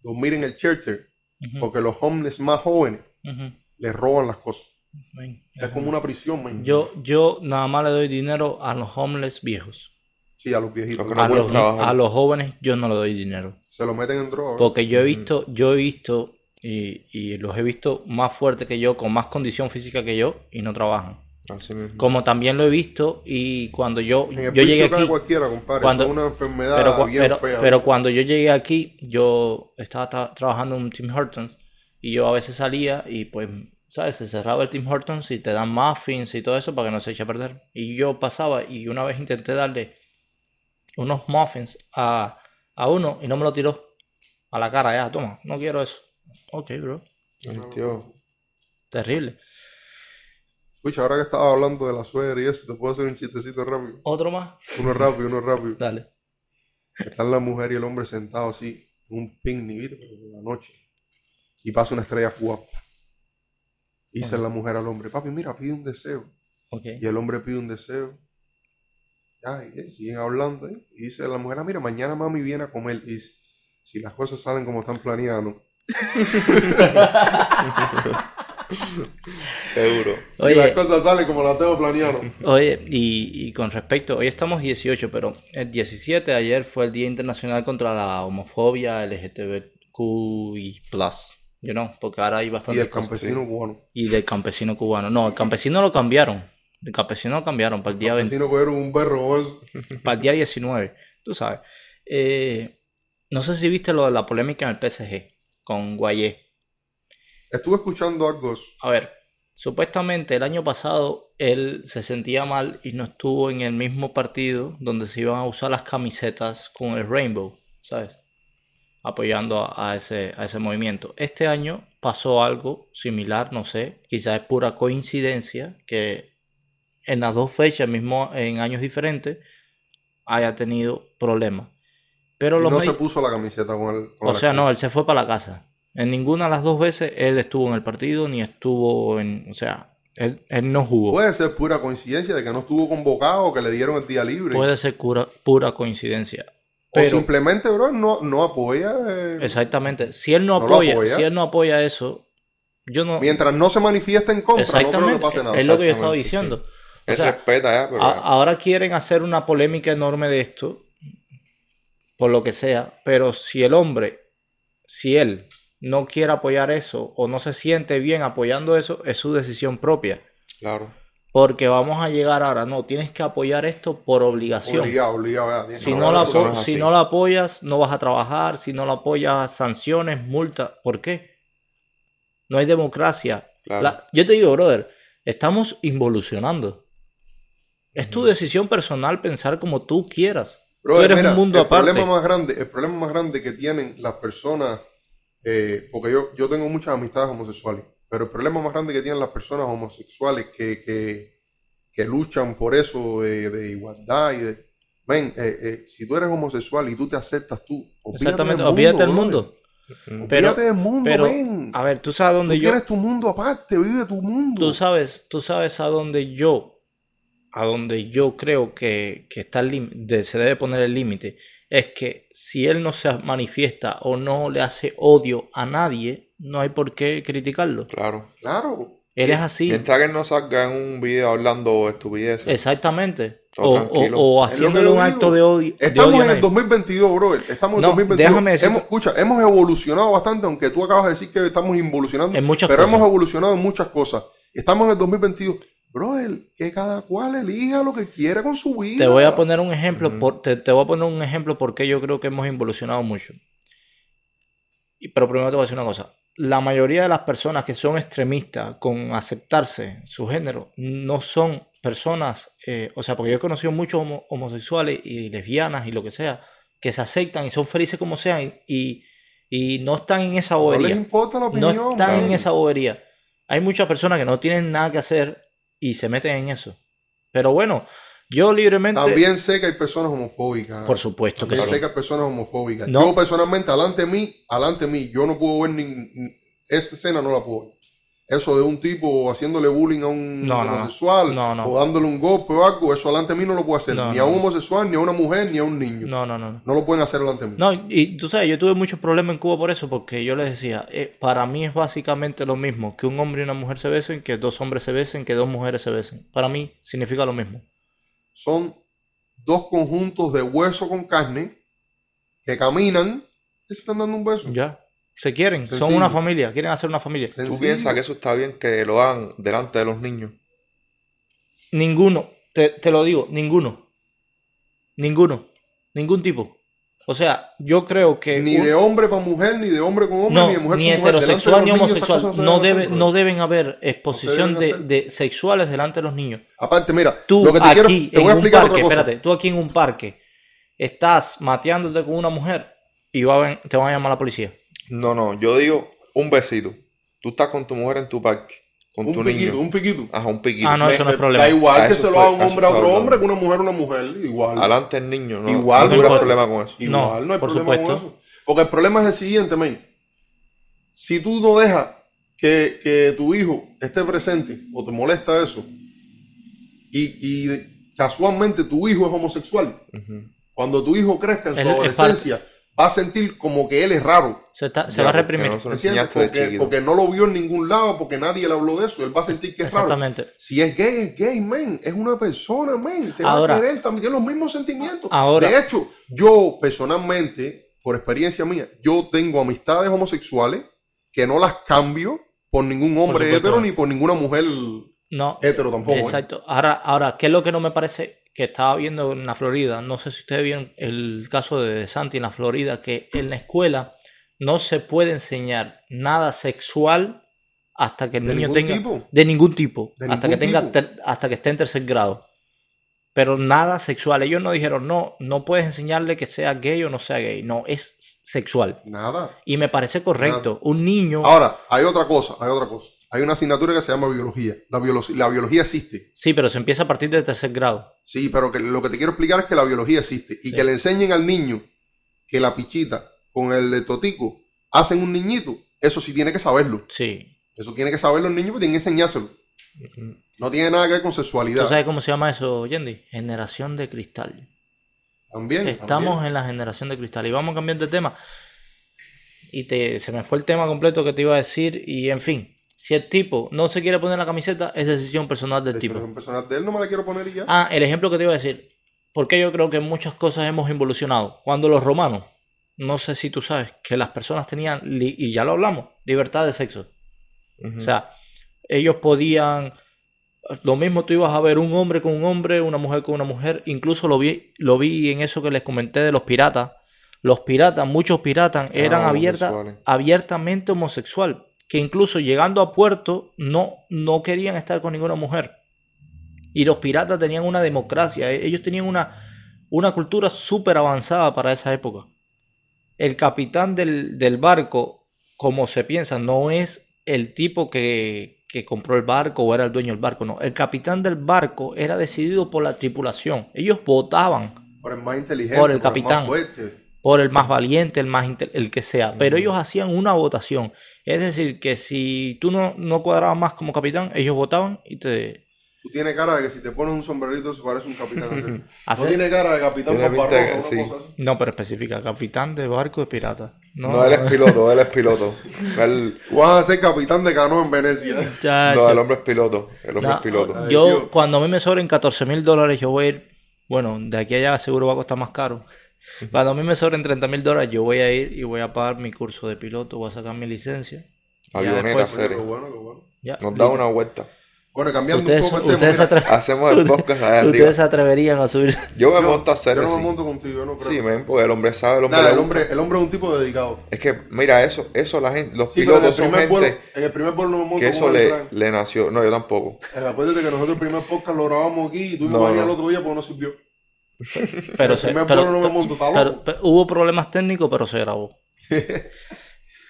de dormir en el shelter,
Ujú,
porque los homeless más jóvenes
ujú.
les roban las cosas.
Ven,
Es como una prisión, man.
Yo, yo nada más le doy dinero a los homeless viejos.
Sí, a los viejitos.
Los que
no
A
pueden
los,
aguantan.
trabajar.
a los jóvenes yo no le doy dinero.
Se lo meten en droga. ¿verdad?
Porque yo he visto, yo he visto y, y los he visto más fuertes que yo, con más condición física que yo y no trabajan.
Así mismo.
Como también lo he visto y cuando yo,
En el
yo
piso
llegué
cae
aquí,
cualquiera, compadre.
Cuando-
Eso es una enfermedad
pero, cua-
bien
pero-
fea.
pero cuando yo llegué aquí, yo estaba tra- trabajando en un Tim Hortons y yo a veces salía y pues, ¿sabes? Se cerraba el Tim Hortons y te dan muffins y todo eso para que no se eche a perder. Y yo pasaba y una vez intenté darle unos muffins a, a uno y no me lo tiró a la cara, ya, toma, no quiero eso. Ok, bro,
Ay, tío.
terrible.
Escucha, ahora que estaba hablando de la suegra y eso, te puedo hacer un chistecito rápido.
Otro más,
Uno rápido, uno rápido.
dale.
Están la mujer y el hombre sentados así, en un picnic, ¿viste? pero por la noche. Y pasa una estrella fugaz. Dice la mujer al hombre, papi, mira, pide un deseo.
Ok.
Y el hombre pide un deseo. Ay, eh, siguen hablando. ¿eh? Y dice la mujer, ah, mira, mañana mami viene a comer. Y dice, si las cosas salen como están planeadas, ¿no?
Seguro.
Si
Oye.
las cosas salen como las tengo planeado. ¿no?".
Oye, y, y con respecto, hoy estamos 18, pero el 17 de ayer fue el Día Internacional contra la Homofobia LGTBQI+. You know, porque ahora hay
Y
bastantes
el
cosas.
campesino cubano.
Y del campesino cubano. No, el campesino lo cambiaron. El campesino lo cambiaron para el día, 20
Campesino cogieron un perro o eso.
para el día 19. Tú sabes. Eh, no sé si viste lo de la polémica en el PSG con Guayé.
Estuve escuchando algo.
A ver, supuestamente el año pasado él se sentía mal y no estuvo en el mismo partido donde se iban a usar las camisetas con el Rainbow, ¿sabes? Apoyando a, a ese, a ese movimiento. Este año pasó algo similar, no sé, quizás es pura coincidencia que en las dos fechas, mismo en años diferentes, haya tenido problemas. Pero
Y
los
no se
medi-
puso la camiseta con el. con
o
la
sea, no,
cruz.
él se fue para la casa. En ninguna de las dos veces él estuvo en el partido ni estuvo en. O sea, él, él no jugó. Puede,
Puede ser pura coincidencia de que no estuvo convocado, que le dieron el día libre.
ser cura- pura coincidencia.
o
Pero,
simplemente, bro, no, no apoya. eh,
exactamente. Si él no,
No lo
apoya,
apoya.
si él no apoya eso, yo no.
Mientras no se manifiesta en contra, no creo que
exactamente.
pase nada.
es lo que yo
Exactamente,
estaba
sí.
diciendo. O
Él
sea,
respeta ya, pero...
A- ahora quieren hacer una polémica enorme de esto, por lo que sea, pero si el hombre, si él no quiere apoyar eso o no se siente bien apoyando eso, es su decisión propia.
Claro.
Porque vamos a llegar ahora, no, tienes que apoyar esto por obligación.
Obligado, obligado. ya, tiene
Si
que
no, la
hablar
eso
de
apo-
no es
si
así.
no la apoyas, no vas a trabajar. Si no la apoyas, sanciones, multas. ¿Por qué? No hay democracia.
Claro.
La- yo te digo, brother, estamos involucionando. Es tu decisión personal pensar como tú quieras.
Brother,
tú eres
eh, mira,
un mundo
el
aparte.
Problema más grande, el problema más grande que tienen las personas, eh, porque yo, yo tengo muchas amistades homosexuales, pero el problema más grande que tienen las personas homosexuales que, que, que luchan por eso de, de igualdad y de... Ven, eh, eh, si tú eres homosexual y tú te aceptas tú,
Exactamente, olvídate del mundo.
brother.
Ujú.
Pero-
olvídate del mundo,
pero,
ven.
A ver, tú sabes
Tú
dónde yo.
tienes tu mundo aparte, vive tu mundo.
Tú sabes, tú sabes a dónde yo, a dónde yo creo que, que está el lim- de- se debe poner el límite. Es que si él no se manifiesta o no le hace odio a nadie, no hay por qué criticarlo.
Claro.
Claro.
Eres así.
Mientras que no salga en un video hablando estupideces.
Exactamente.
Oh,
O, o, o
Es
tranquilo.
lo que
haciéndole
yo
un
digo.
acto de odio. de
Estamos
odio a
en el
nadie.
2022, brother. Estamos en
No,
2022.
déjame decirte-
Hemos, escucha, hemos evolucionado bastante, aunque tú acabas de decir que estamos involucionando.
En muchas
pero
cosas.
hemos evolucionado en muchas cosas. Estamos en el 2022. Brother, que cada cual elija lo que quiera con su vida.
Te voy a poner un ejemplo,
Ujú.
por- te, te voy a poner un ejemplo porque yo creo que hemos involucionado mucho. Y- Pero primero te voy a decir una cosa. La mayoría de las personas que son extremistas con aceptarse su género no son personas, eh, o sea, porque yo he conocido muchos homo- homosexuales y lesbianas y lo que sea, que se aceptan y son felices como sean y, y no están en esa
No les
bobería.
importa la
No
opinión.
están en
brother.
esa bobería. Hay muchas personas que no tienen nada que hacer y se meten en eso. Pero bueno, yo libremente.
También sé que hay personas homofóbicas.
Por supuesto que
Yo sé
sí.
que hay personas homofóbicas.
No.
Yo personalmente, alante de mí, alante de mí, yo no puedo ver ni, ni- esa escena no la puedo ver. Eso de un tipo haciéndole bullying a un
No, no, no.
homosexual
No, no.
o dándole un golpe o algo, eso alante de mí no lo puedo hacer.
No,
ni
no,
a un
no.
homosexual, ni a una mujer, ni a un niño. No,
No, no, no. no.
lo pueden hacer alante de mí.
No, y tú sabes, yo tuve muchos problemas en Cuba por eso, porque yo les decía, eh, para mí es básicamente lo mismo que un hombre y una mujer se besen, que dos hombres se besen, que dos mujeres se besen. Para mí significa lo mismo.
Son dos conjuntos de hueso con carne que caminan y se están dando un beso.
Ya. Se quieren, son
Sencillo.
una familia, quieren hacer una familia.
¿Tú
Sencillo.
piensas que eso está bien que lo hagan delante de los niños?
Ninguno, te, te lo digo, ninguno. Ninguno. Ningún tipo. O sea, yo creo que...
Ni
un-
de hombre para mujer, ni de hombre con hombre,
no,
ni de mujer
ni
con mujer. Delante de
heterosexual
los
ni
niños, esas
homosexual.
cosas se
No,
deben hacer,
debe,
brother.
no deben haber exposición
deben
de,
hacer.
de sexuales delante de los niños.
Aparte, mira,
Tú
lo que te
aquí
quiero,
en
te voy a
un
explicar
parque,
otra cosa.
espérate, tú aquí en un parque estás mateándote con una mujer y va a ven- te van a llamar la policía.
No, no, yo digo un besito. Tú estás con tu mujer en tu parque, con tu
Un piquito,
niño.
un piquito.
Ajá, un piquito.
Ah, no, eso no es problema.
Da igual
Ah,
que
eso
se lo
está-
haga un
eso
hombre a
está
otro
hablando.
hombre, que una mujer a una mujer. Igual.
Adelante el niño, no.
Igual,
no tuve
no importa.
problema con eso.
igual, no,
No,
hay
por
problema con
supuesto.
eso. Porque el problema es el siguiente, men. Si tú no dejas que, que tu hijo esté presente o te molesta eso, y, y casualmente tu hijo es homosexual,
Ujú.
cuando tu hijo crezca en su
Él es parte.
adolescencia, va a sentir como que él es raro.
Se, está- se
Ya,
va a
porque
reprimir.
No se lo
¿Entiendes?
enseñaste de
Porque,
chiquito.
porque no lo vio en ningún lado, porque nadie le habló de eso. Él va a sentir que es raro.
Exactamente.
Si es gay, es gay, men. Es una persona, men. Te va
Ahora-
a querer también. Tiene los mismos sentimientos.
Ahora-
de hecho, yo personalmente, por experiencia mía, yo tengo amistades homosexuales que no las cambio por ningún hombre
supuesto.
hetero ni por ninguna mujer
No,
hetero tampoco. ¿eh?
exacto. Ahora, ahora, ¿qué es lo que no me parece que estaba viendo en la Florida? No sé si ustedes vieron el caso de Santi en la Florida, que en la escuela no se puede enseñar nada sexual hasta que el
De
niño
ningún
tenga
tipo.
de ningún tipo,
De
hasta
ningún
que tenga
tipo.
ter- hasta que esté en tercer grado. Pero nada sexual. Ellos no dijeron, no, no puedes enseñarle que sea gay o no sea gay. No, es sexual.
Nada.
Y me parece correcto. Un niño,
Ahora, hay otra cosa, hay otra cosa. Hay una asignatura que se llama biología. La, biolo- la biología existe.
sí, pero se empieza a partir de tercer grado.
Sí, pero que lo que te quiero explicar es que la biología existe y
Sí.
que le enseñen al niño que la pichita con el totico hacen un niñito. Eso sí tiene que saberlo.
Sí.
Eso tiene que saberlo el niño porque tienen que enseñárselo.
Ujú.
No tiene nada que ver con
¿Tú
sexualidad.
sabes cómo se llama eso, Yendi? Generación de cristal.
También.
Estamos en la generación de cristal. Y vamos a cambiar de tema. Y te, se me fue el tema completo que te iba a decir. Y en fin, si el tipo no se quiere poner la camiseta, es decisión personal del
el
tipo.
tipo. personal de él no me la quiero poner y ya.
Ah, el ejemplo que te iba a decir. Porque yo creo que en muchas cosas hemos involucionado. Cuando los romanos, no sé si tú sabes, que las personas tenían, li- y ya lo hablamos, libertad de sexo.
Ujú.
O sea, ellos podían. Lo mismo tú ibas a ver un hombre con un hombre, una mujer con una mujer. Incluso lo vi, lo vi en eso que les comenté de los
Ah,
piratas. Los piratas, muchos piratas, eran abierta,
homosexuales.
abiertamente homosexual. que incluso llegando a puerto no, no querían estar con ninguna mujer. Y los piratas tenían una democracia, e- ellos tenían una, una cultura súper avanzada para esa época. El capitán del, del barco, como se piensa, no es el tipo que, que compró el barco o era el dueño del barco, no. El capitán del barco era decidido por la tripulación. Ellos votaban
Por el más inteligente,
Por el
más
capitán.
fuerte.
por el más valiente, el más inte- el que sea. Pero ellos hacían una votación. Es decir, que si tú no, no cuadrabas más como capitán, ellos votaban y te
Tú tienes cara de que si te pones un sombrerito se parece un capitán. no
hacían-
tiene cara de capitán
Tiene
paparroco,
pinta que
una
sí.
cosa así.
No, pero especifica, capitán de barco de pirata. No,
No, él es piloto, él es piloto. Él-
Vas a ser capitán de canoa en Venecia.
Chacho.
no, el hombre es piloto. El hombre
No,
es piloto.
Ay,
yo,
Dios.
cuando a mí me sobren 14 mil dólares, yo voy a ir. Bueno, de aquí a allá seguro va a costar más caro. Cuando a mí me sobren 30 mil dólares, yo voy a ir y voy a pagar mi curso de piloto, voy a sacar mi licencia. Ya
Avioneta,
después-
Oye, qué
serio.
bueno, qué bueno.
Ya.
Nos da una vuelta.
Bueno, cambiando
Ustedes,
un poco el tema.
ustedes, se
mira,
atre-
Hacemos el podcast allá Ah, arriba.
ustedes se atreverían a subir.
Yo me
yo-
monto a hacer
yo no
así.
me monto contigo, yo no creo.
Sí, men, porque el hombre sabe, el hombre
Nada,
le
el
gusta.
hombre, el hombre es un tipo dedicado.
Es que, mira, eso, eso la gente, los
Sí, pero en el
pilotos son
primer
gente
pueblo, en el primer pueblo no me monto
que
con
eso
el
le,
Frank.
le nació. No, yo tampoco.
Eh, Acuérdate que nosotros el primer podcast lo grabamos aquí y tuvimos
No,
ahí
no.
al otro día porque no sirvió.
Pero, se,
primer
pero-
pueblo no me monto, está
pero-
loco.
pero hubo problemas técnicos, pero se grabó.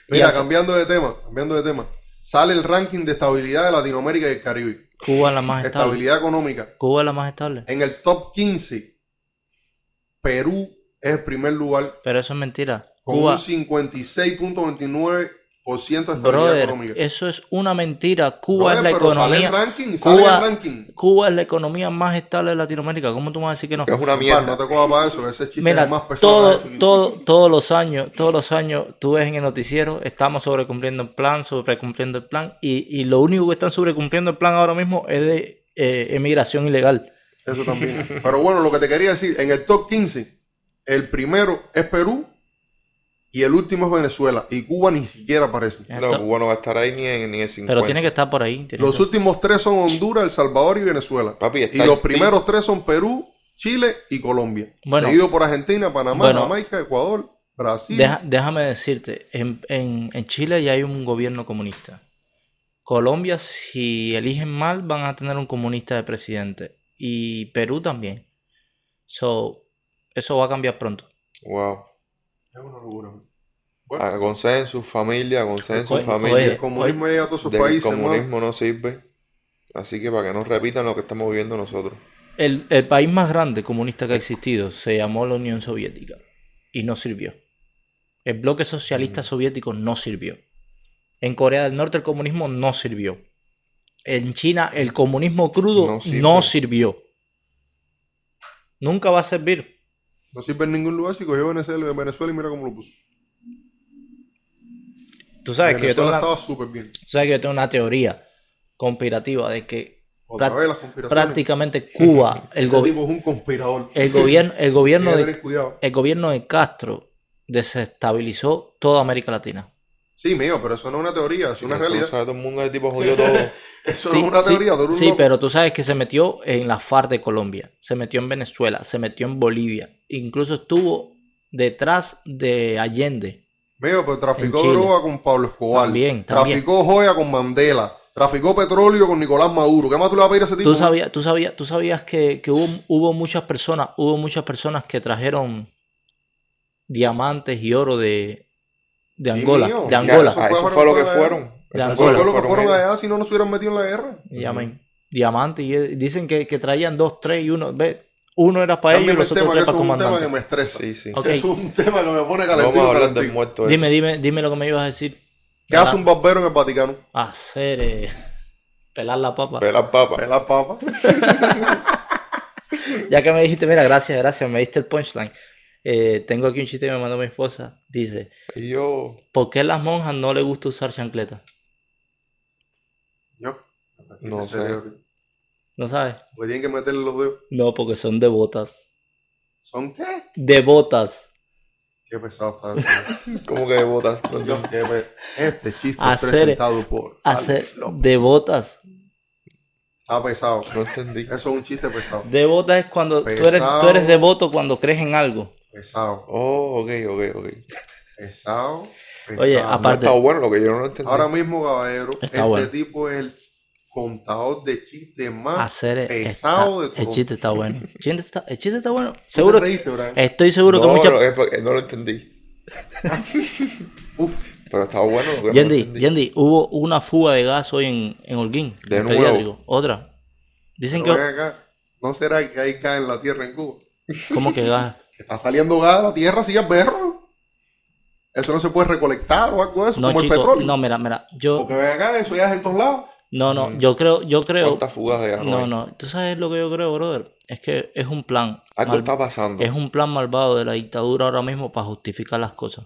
Mira,
hace-
cambiando de tema, cambiando de tema. Sale el ranking de estabilidad de Latinoamérica y el Caribe.
Cuba es la más estable.
Estabilidad económica.
Cuba es la más estable.
En el top 15, Perú es el primer lugar
Pero eso es mentira.
con
Cuba,
un 56.29% de estabilidad
brother,
económica.
eso es una mentira. Cuba
Brother,
es la
pero Sale
economía.
el ranking, sale
Cuba-
el ranking.
Cuba es la economía más estable de Latinoamérica. ¿Cómo tú me vas a decir que no?
Es una
Compadre, no
mierda.
te cojas para eso, ese chiste
Mira,
es más pesado.
todo,
chiquito.
todo, todos los años, todos los años, tú ves en el noticiero, estamos sobrecumpliendo el plan, sobrecumpliendo el plan, y, y lo único que están sobrecumpliendo el plan ahora mismo es de eh, emigración ilegal.
Eso también. Pero bueno, lo que te quería decir, en el top 15, el primero es Perú y el último es Venezuela. Y Cuba ni siquiera aparece.
No, Cuba no va a estar ahí ni en, ni en 50.
Pero tiene que estar por ahí. tiene
Los
que-
últimos tres son Honduras, El Salvador y Venezuela.
Papi,
Y
está
los
Haití.
primeros tres son Perú, Chile y Colombia.
Bueno.
seguido por Argentina, Panamá,
Bueno.
Jamaica, Ecuador, Brasil.
Deja- déjame decirte, en, en- en Chile ya hay un gobierno comunista. Colombia, si eligen mal, van a tener un comunista de presidente. Y Perú también. So, eso va a cambiar pronto.
Wow.
Es una locura. man. Pues.
A consenso, familia, consenso,
Oye,
familia.
El
oye,
comunismo llega a todos esos
Del
países. man.
comunismo no sirve. Así que para que no repitan lo que estamos viviendo nosotros.
El, el país más grande comunista que ha existido se llamó la Unión Soviética y no sirvió. El bloque socialista soviético no sirvió. En Corea del Norte el comunismo no sirvió. En China el comunismo crudo
No
no,
sirve.
sirvió. Nunca va a servir.
No sirve en ningún lugar si cogió Venezuela, Venezuela y mira cómo lo puso.
Tú sabes que, yo tengo
Venezuela
una,
estaba súper bien.
tú sabes que yo tengo una teoría conspirativa de que
Otra
Práct-
vez las conspiraciones.
prácticamente Cuba, el,
Este
gobi-
tipo es un conspirador.
el gobierno, el gobierno
Tiene que
de
tener cuidado.
el gobierno de Castro desestabilizó toda América Latina.
Sí, mío, pero eso no es una teoría, es una
Eso lo
realidad.
sabe todo el mundo, el tipo jodió todo.
Eso no es una teoría, tú eres un
sí,
loco.
pero tú sabes que se metió en la FARC de Colombia, se metió en Venezuela, se metió en Bolivia, incluso estuvo detrás de Allende.
Mío, pero traficó
En Chile.
droga con Pablo Escobar.
También, también.
Traficó joya con Mandela. Traficó petróleo con Nicolás Maduro. ¿Qué más tú le vas a pedir a ese tipo?
¿Tú sabías, tú sabías, tú sabías que, que hubo, hubo muchas personas, hubo muchas personas que trajeron diamantes y oro de, de
Sí,
Angola,
mío.
de
Ya,
Angola.
eso
Ah, eso
fue
fue lo que
para-
fueron.
De
Eso
Eso
fue
fue
Angola.
lo
lo que fueron
ellos.
allá si no nos hubieran metido en la guerra.
Y llaman diamantes y eh, dicen que, que traían dos, tres y uno, ve, uno era para ellos y
Cámbiame
los
el tema,
otros
que
tres para
eso es un tema que
comandante.
me estresa.
Sí, sí.
Ok.
Eso es un tema que me pone
No vamos a
calentito,
hablar del
calentito.
muerto. ese.
Dime, dime, dime lo que me ibas a decir.
¿Qué hace un barbero en el Vaticano?
hacer eh, pelar la papa.
Pelar papa.
Pelar papa.
Ya que me dijiste, mira, gracias, gracias, me diste el punchline. Eh, tengo aquí un chiste que me mandó mi esposa. Dice,
Y yo.
¿por qué a las monjas no les gusta usar chancleta?
Yo.
No sé.
¿No sabes?
Porque tienen que meterle los dedos.
No, porque son devotas.
¿Son qué?
Devotas.
Qué pesado está eso.
¿Cómo que botas? No,
Dios,
yo-
qué pe- Este chiste es
Hacer-
presentado por
Hacer
Alex López.
devotas.
Está pesado.
no entendí.
Eso es un chiste pesado.
Devotas es cuando tú eres, tú
Pesado.
eres devoto cuando crees en algo.
Pesado.
Oh, ok, ok, ok.
Pesado.
Oye,
Exacto.
No ha
aparte,
estado bueno lo que yo no lo entendí.
Ahora mismo, caballero, este
bueno.
tipo es el contador de chistes más.
hacer el-
Ah, pesado
está-
de
el
todo.
chiste está bueno. El chiste está, el chiste está bueno.
¿Tú te
Seguro,
reíste, Brian?
estoy seguro que eh,
no,
muchas
lo que- porque no lo entendí.
Uf,
Pero estaba bueno lo que no lo
Yendi,
entendí.
Yendi, hubo una fuga de gas hoy en, en Holguín.
De
en
nuevo.
pediátrico. Otra. Dicen
pero ven
que.
acá. ¿No será que hay gas en la tierra en Cuba?
¿Cómo que gas?
Está saliendo gas de la tierra, sí, es berro. Eso no se puede recolectar o algo de eso,
No,
como el
chico.
petróleo.
No, mira, mira. Yo.
Porque ven acá, eso ya es en todos lados.
No, no. Yo creo. Yo creo.
¿Cuántas fugas de gas no
No,
hay?
no. ¿Tú sabes lo que yo creo, brother? Es que es un plan.
Algo
mal-
está pasando.
es un plan malvado de la dictadura ahora mismo para justificar las cosas.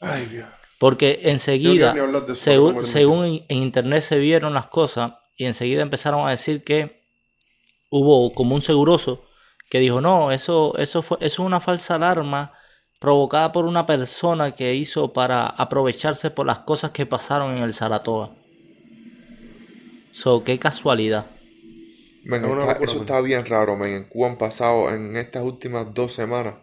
Ay, Dios.
Porque
Yo no quiero
enseguida.
ni hablar de eso,
Según,
porque me
según en, en internet se vieron las cosas y enseguida empezaron a decir que hubo como un seguroso que dijo, no, eso, eso, fue, eso es una falsa alarma provocada por una persona que hizo para aprovecharse por las cosas que pasaron en el Saratoga. So, qué casualidad.
Men,
Es una
está-
locura,
eso
men.
está bien raro, men. En Cuba han pasado, en estas últimas dos semanas,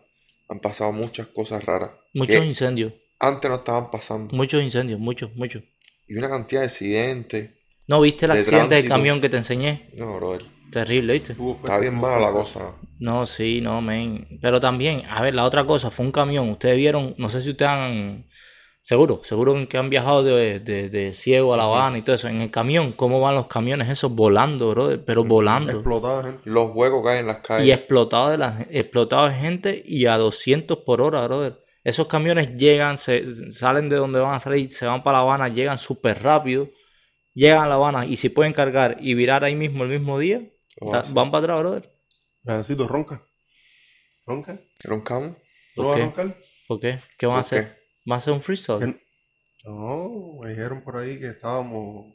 han pasado muchas cosas raras
Muchos
que
incendios,
antes no estaban pasando.
muchos incendios, muchos, muchos.
Y una cantidad de accidentes.
¿No viste el
De
accidente del
tránsito.
camión que te enseñé?
No, brother.
Pues
Terrible, ¿viste?
Estuvo fuerte,
Está bien
estuvo
mala la
fuerte.
cosa.
No, sí, no, men. Pero también, a ver, la otra cosa, fue un camión. Ustedes vieron, no sé si ustedes han. Seguro, seguro que han viajado de, de, de Ciego a La Habana y todo eso. En el camión, ¿cómo van los camiones esos volando, brother? Pero volando.
Explotada, gente.
Los huecos caen en las
Y
calles.
explotado de, la, explotado de gente y a 200 por hora, brother. Esos camiones llegan, se, salen de donde van a salir, se van para La Habana, llegan súper rápido, llegan a La Habana y si pueden cargar y virar ahí mismo el mismo día,
Lo
ta-
hacen.
van para atrás, brother.
Necesito ronca. ¿Ronca?
¿Roncamos?
¿No
¿Por
vas a
qué?
roncar?
¿Por qué? ¿Qué van a
¿Por
hacer?
qué?
¿Van a hacer un freestyle?
¿Qué? No, me dijeron por ahí que estábamos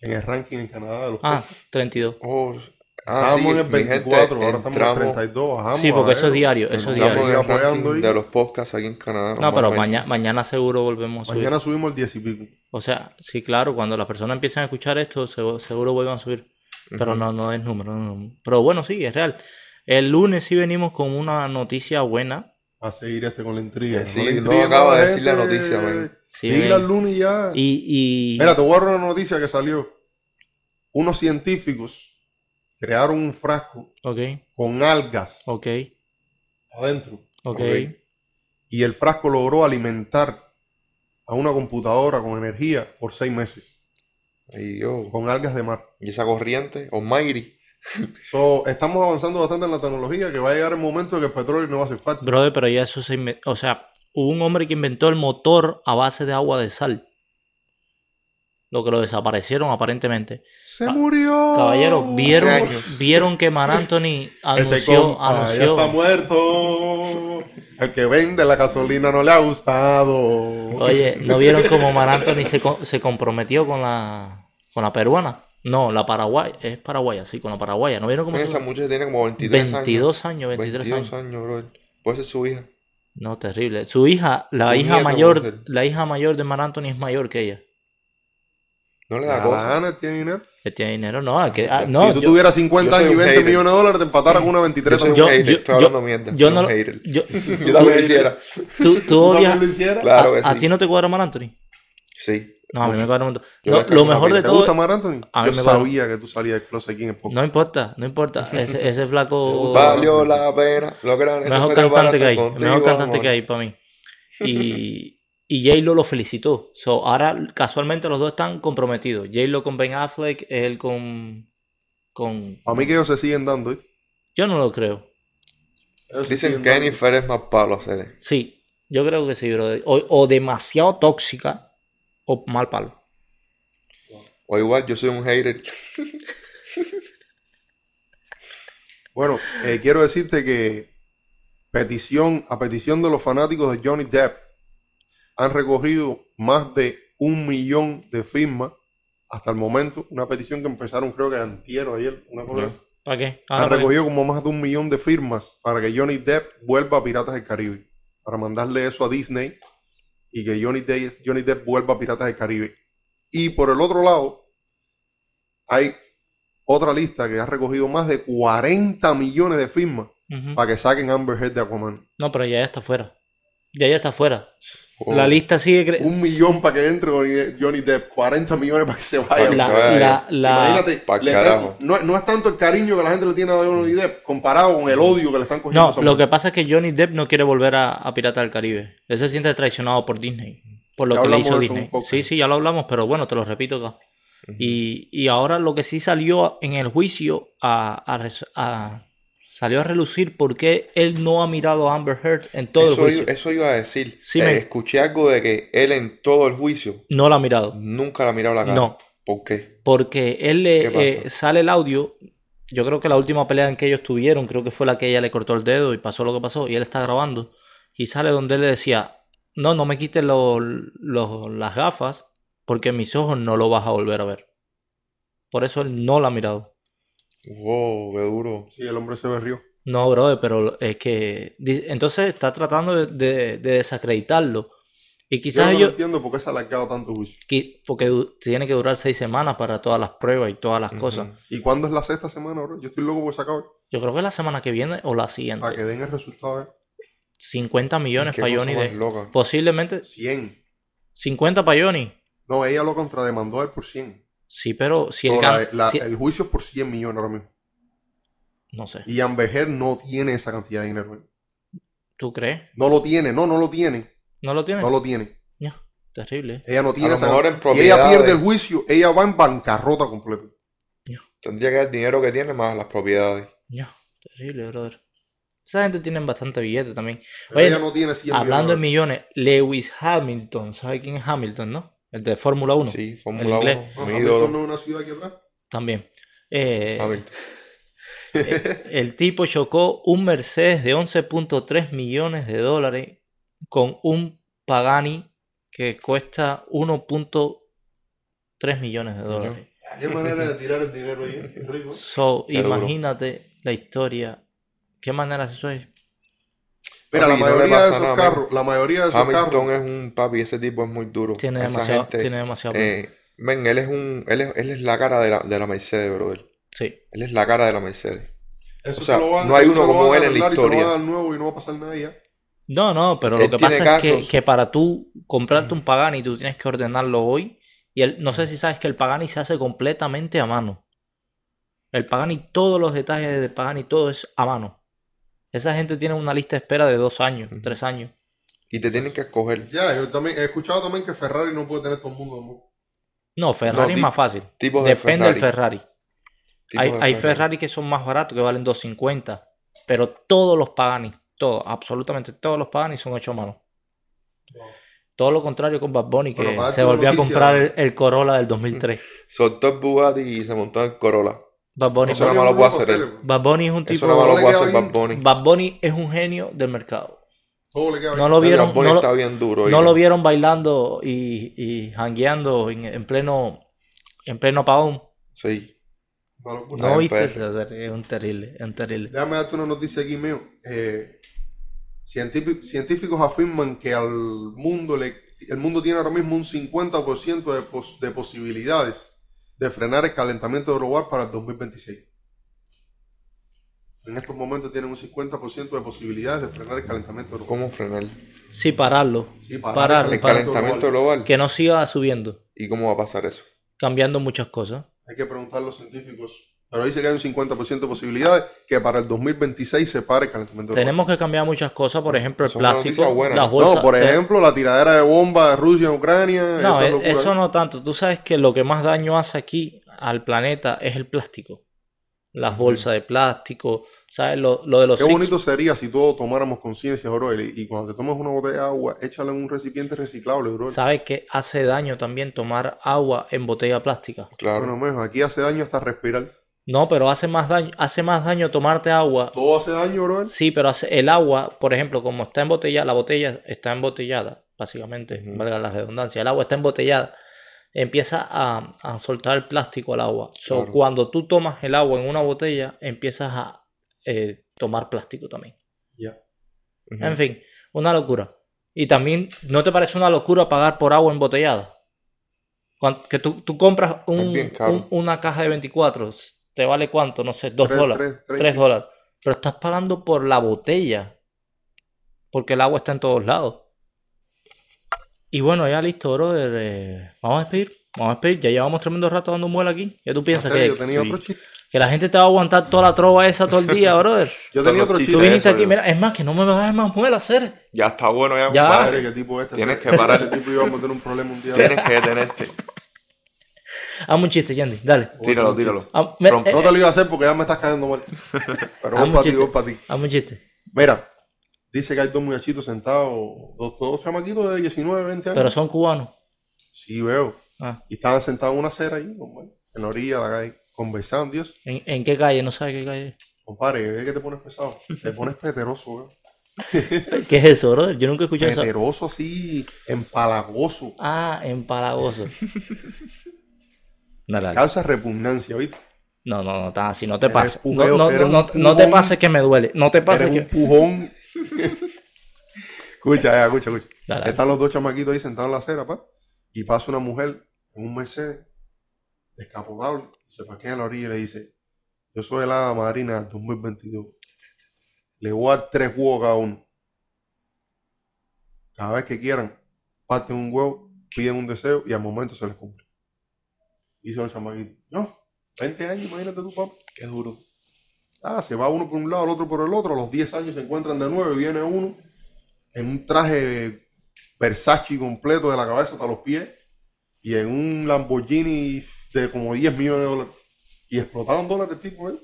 en el ranking en Canadá de los
Ah,
podcasts.
32.
Oh, ah, sí,
Estábamos en el
mi gente,
24, ahora estamos en el
entramos-
32, bajamos.
sí, porque eso es
caballero.
diario, eso es
Estamos
diario.
entramos en el
Apoyando
ranking
ahí.
de los podcasts aquí en Canadá.
No, pero
normalmente.
mañana, mañana seguro volvemos a subir.
Mañana subimos el 10 y pico.
O sea, sí, claro, cuando las personas empiezan a escuchar esto, segu- seguro vuelvan a subir. Pero
Ujú.
no, no es número. no, no. Pero bueno, sí, es real. El lunes sí venimos con una noticia buena.
A seguir este con la intriga.
Que Eh, sí,
le
no
intriguen
acaba
a
de decir la
gente.
noticia, man.
Sí,
Dile
ven.
al lunes ya.
y, y-
Mira, te voy a dar una noticia que salió. Unos científicos crearon un frasco
Ok,
con algas
ok,
adentro.
ok.
Ok.
Y el frasco logró alimentar a una computadora con energía por seis meses.
Ay, yo.
Con algas de mar.
Y esa corriente, Almighty.
So, estamos avanzando bastante en la tecnología que va a llegar el momento de que el petróleo no va a hacer falta.
Brother, pero ya eso se inventó. O sea, hubo un hombre que inventó el motor a base de agua de sal. Lo que lo desaparecieron aparentemente.
¡Se
Ca-
murió! Oh.
Caballeros, vieron,
Hace años.
vieron que Mar Anthony
Ese
anunció,
compa ya está
anunció.
muerto. El que vende la gasolina no le ha gustado.
Oye, ¿no vieron cómo Mar Anthony se, co- se comprometió con la, con la peruana? No, la Paraguay, es paraguaya, sí, con la paraguaya. ¿No vieron cómo
Man,
se
esa muchacha tiene como 23 años.
22 años, 23 años.
años, brother. Puede ser su hija.
No, terrible. Su hija, la
Su
hija
nieta, puede
mayor,
ser.
la hija mayor de Mar Anthony es mayor que ella.
No le da cosa.
La Ana tiene dinero.
Que tiene dinero, no, ah, que- ah, no,
si tú
yo-
tuvieras 50
yo soy
años y
un
20
hater.
millones de dólares, te empatara con una 23
Yo soy un
yo-
hater,
yo-
estoy
yo-
hablando mierda.
yo
soy
no
un
lo-
hater.
yo-
Yo también
hater.
quisiera.
tú, tú
¿Tú
odias,
también lo hicieras?
Claro que
a, a
sí.
ti no te cuadra Mar Anthony.
Sí.
No, a mí me cuadra un montón.
Yo
No,
le
lo
caigo una
mejor
pila.
de
¿Te
todo,
gusta más Anthony?
A mí
Yo
me
sabía que tú salías del closet aquí en el podcast.
No importa, no importa. Ese, ese flaco.
Me gusta.
Valió la pena. Lo gran
Mejor
necesario para
cantante que
estar
hay.
contigo,
mejor cantante
amor.
que hay para mí. Y, y J-Lo lo felicitó. So, ahora casualmente los dos están comprometidos. J-Lo con Ben Affleck, él con. con...
A mí que ellos se siguen dando. ¿eh?
Yo no lo creo.
Ellos se
Dicen
siguen
que
dando.
Jennifer es más palo hacer.
Sí, yo creo que sí, brother. O, o demasiado tóxica o mal palo.
O igual yo soy un hater.
Bueno, eh, quiero decirte que petición, a petición de los fanáticos de Johnny Depp, han recogido más de un millón de firmas hasta el momento. Una petición que empezaron creo que antier o ayer, una cosa
Ya.
así.
¿Para qué? Ah,
Han
no, ¿para qué?
recogido como más de un millón de firmas para que Johnny Depp vuelva a Piratas del Caribe. Para mandarle eso a Disney y que Johnny Depp, Johnny Depp vuelva a Piratas del Caribe. Y por el otro lado, hay otra lista que ha recogido más de 40 millones de firmas
Ujú.
para que saquen Amber Heard de Aquaman.
No, pero ya está fuera. Ya ya está fuera.
Oh,
La lista sigue. cre-
Un millón para que entre Johnny- Johnny Depp, 40 millones para que se vaya.
que
La-
se vaya.
la- la-
Imagínate,
Pa'l
le-
carajo.
no, no es tanto el cariño que la gente le tiene a Johnny Depp comparado con el odio que le están cogiendo. a
No,
esa
lo
mujer.
que pasa es que Johnny Depp no quiere volver a, a Pirata del Caribe. Él se siente traicionado por Disney. Por lo
Ya
que le
hablamos
hizo
de eso
Disney.
un poco.
Sí, sí, ya lo hablamos, pero bueno, te lo repito acá. y, y ahora lo que sí salió en el juicio a, a res- a- salió a relucir por qué él no ha mirado a Amber Heard en todo el
eso,
juicio.
i- eso iba a decir.
Sí,
Eh,
me-
Escuché algo de que él en todo el juicio
No la ha mirado.
nunca la ha mirado la cara.
No.
¿Por qué?
Porque él le
¿Qué pasa?
eh, sale el audio. Yo creo que la última pelea en que ellos tuvieron, creo que fue la que ella le cortó el dedo y pasó lo que pasó. Y él está grabando. Y sale donde él le decía: No, no me quites lo- lo- las gafas, porque mis ojos no lo vas a volver a ver. Por eso él no la ha mirado.
Wow, qué duro.
Sí, el hombre se berrió.
No, brother, pero es que. di- Entonces está tratando de, de- de desacreditarlo. Y
Yo
quizás
no lo
ellos.
entiendo por qué se ha alargado tanto el juicio.
qui- Porque du- tiene que durar seis semanas para todas las pruebas y todas las cosas.
Ujú.
¿Y cuándo es la sexta semana, bro? Yo estoy loco por sacar
Yo creo que la semana que viene o la siguiente.
para que den el resultado. eh.
50 millones
¿Qué
para
cosa
Johnny
más
Depp.
loca?
Posiblemente
100.
50 para Johnny.
No, ella lo contrademandó a él por 100.
Sí, pero si el
No,
gan-
la- la-
si-
El juicio es por 100 millones ahora mismo.
No sé.
Y Amber Heard no tiene esa cantidad de dinero. eh.
¿Tú crees?
No lo tiene, no, no lo tiene.
¿No lo tienes?
No lo tiene.
Ya, Terrible.
Ella no
A
tiene
lo
esa
mejor en
Si ella pierde
propiedades.
el juicio, ella va en bancarrota completa.
Tendría que dar el dinero que tiene más las propiedades.
Ya, Terrible, brother. Esa gente tiene bastante billete también.
Pero
Oye,
ella no tiene 100
Hablando de
millones.
millones, Lewis Hamilton. ¿Sabes quién es Hamilton, no? El de Fórmula 1.
Sí, Fórmula
inglés.
1. Mi
Ah,
ídolo.
Hamilton no es una ciudad aquí atrás.
También. Eh,
Hamilton.
Eh, El tipo chocó un Mercedes de 11.3 millones de dólares con un Pagani que cuesta 1.3 millones de dólares.
Qué manera de tirar el dinero ahí, eh, rico.
So,
Qué duro.
imagínate la historia. ¿Qué manera eso es?
Mira, la
Papi, no le
mayoría
pasa
de esos
nada,
carros, la mayoría de esos carros,
Hamilton es un papi, ese tipo es muy duro.
Tiene
Esa
demasiado,
gente,
tiene demasiado.
eh, men, él es un, él es, él es la cara de la, de la Mercedes, brother.
sí.
Él es la cara de la Mercedes.
eso
o sea,
se lo van-
no hay
eso
uno
lo van
como
a
él en la
arreglar y se lo van a
historia.
dar nuevo y no va a pasar nada ya.
No, no, pero lo
Él
que
tiene
pasa es que,
carros.
que para tú comprarte un Pagani tú tienes que ordenarlo hoy. Y el, no sé si sabes que el Pagani se hace completamente a mano. El Pagani, todos los detalles del Pagani, todo es a mano. Esa gente tiene una lista de espera de dos años,
Ujú.
tres años.
Y te tienen que escoger.
Ya, yo también he escuchado también que Ferrari no puede tener todo el mundo. ¿no?
No, Ferrari
No,
es
ti-
más fácil.
tipos de
Depende del Ferrari.
Tipo
Hay,
de
hay Ferrari que son más baratos, que valen 250. Pero todos los Pagani, todos, absolutamente todos los Pagani son hechos a mano. Todo lo contrario con Bad Bunny, que
Bueno, para
se
darte una
volvió a
noticia-
comprar el, el Corolla del 2003.
Soltó el Bugatti y se montó en el Corolla.
Bad Bunny,
Eso
Porque
nada más lo
no va a
puede hacer él.
pasar, eh,
Bad Bunny es un
Eso
tipo.
nada más
no
lo
le
puede
queda
hacer Bad
bien.
Bunny.
Bad Bunny es un genio del mercado.
Todo le queda
No
bien.
lo
Bad
vieron,
Bunny
no
está
lo,
bien duro.
no
oye.
lo vieron bailando y, y jangueando en, en pleno en pleno apagón.
Sí.
Una locura.
No
en
viste,
PR.
O sea, es un terrible, es un terrible.
Déjame darte una noticia aquí, mío. Eh, científi- científicos afirman que al mundo le, el mundo tiene ahora mismo un 50% de, pos- de posibilidades de frenar el calentamiento global para el 2026. En estos momentos tienen un 50% de posibilidades de frenar el calentamiento global.
¿Cómo frenar?
Sí, pararlo,
Sí,
Parar,
El
El
calentamiento global.
que no siga subiendo,
¿Y cómo va a pasar eso?
cambiando muchas cosas.
Hay que preguntar a los científicos. Pero dice que hay un 50% de posibilidades que para el 2026 se pare el calentamiento global.
Tenemos que cambiar muchas cosas, por ejemplo, el
Eso es una
plástico,
noticia buena,
las
¿no?
bolsas.
no, por
te-
ejemplo, la tiradera de bomba de Rusia a Ucrania.
No,
esa
e-
locura.
eso no tanto. Tú sabes que lo que más daño hace aquí al planeta es el plástico. Las bolsas de plástico, ¿sabes? Lo, lo de los
Qué
six-
bonito sería si todos tomáramos conciencia, bro. Y, y cuando te tomes una botella de agua, échala en un recipiente reciclable, bro.
¿Sabes que hace daño también tomar agua en botella plástica?
Bueno,
Claro.
menos, aquí hace daño hasta respirar.
No, pero hace más daño, hace más daño tomarte agua.
Todo hace daño, bro.
Sí, pero hace- el agua, por ejemplo, como está embotellada, la botella está embotellada, básicamente,
Ujú.
valga la redundancia, el agua está embotellada, empieza a, a soltar el plástico al agua. So,
Claro.
Cuando tú tomas el agua en una botella, empiezas a eh, tomar plástico también.
Ya.
Ujú.
En fin, una locura. Y también, ¿no te parece una locura pagar por agua embotellada? Cuan- Que tú, tú compras un-
Es bien caro.
un- una caja de 24, te vale cuánto, no sé, 2
Tres-
dólares,
tres-
3,
tres-
dólares. Pero estás pagando por la botella, porque el agua está en todos lados. Y bueno, ya listo, brother. eh, vamos a despedir. Vamos a despedir. Ya llevamos tremendo rato dando muela aquí. Ya tú piensas
serio,
que,
yo tenía
sí,
otro chiste.
que la gente te va a aguantar toda la trova esa todo el día, brother.
Yo tenía otro
Tú
chiste.
viniste
eso,
aquí,
yo.
mira, es más que no me vas a dar más muela, hacer.
Ya está bueno, ya,
Ya.
compadre.
Padre, qué tipo este.
Tienes
este-
que parar.
Este tipo iba a meter un problema un día.
Tienes que detenerte.
Hazme un chiste, Yandy, dale.
Tíralo, tíralo.
Ah, me-
Rompe-
No te lo iba a hacer porque ya me estás cayendo mal. Pero
hazme
vos
un
para ti,
chiste.
vos para ti.
Hazme un chiste.
Mira, dice que hay dos muchachitos sentados, dos, dos chamaquitos de 19, 20 años.
Pero son cubanos.
Sí, veo.
Ah,
Y estaban sentados en una acera ahí, compadre, en la orilla de la calle, conversando, Dios.
¿en, en qué calle? No sabes qué calle.
Compadre, ¿ves que te pones pesado? Te pones peteroso, veo.
es. ¿Qué es eso, brother? Yo nunca he escuchado eso.
Peteroso así, empalagoso.
Ah, empalagoso. Dale, dale.
Causa repugnancia, ¿viste?
No, no, no, tan así, no te
Eres
pases.
un
No,
pujeo,
no,
eres
no,
un
no, no te
pujón.
pases que me duele. No te pases
Eres
que.
un pujón. escucha, ya, escucha, escucha.
Dale, dale.
Están los dos chamaquitos ahí sentados en la acera, pa. Y pasa una mujer en un Mercedes, descapotable, se parquea en la orilla y le dice: Yo soy el hada madrina del 2022. Le voy a dar tres huevos a cada uno. Cada vez que quieran, parten un huevo, piden un deseo y al momento se les cumple. Dice los chamaquitos: No, 20 años, imagínate tu papá.
Qué duro.
Ah, se va uno por un lado, el otro por el otro. A los 10 años se encuentran de nuevo y viene uno en un traje Versace completo de la cabeza hasta los pies y en un Lamborghini de como 10 millones de dólares. Y explotaron dólares el tipo, ¿eh?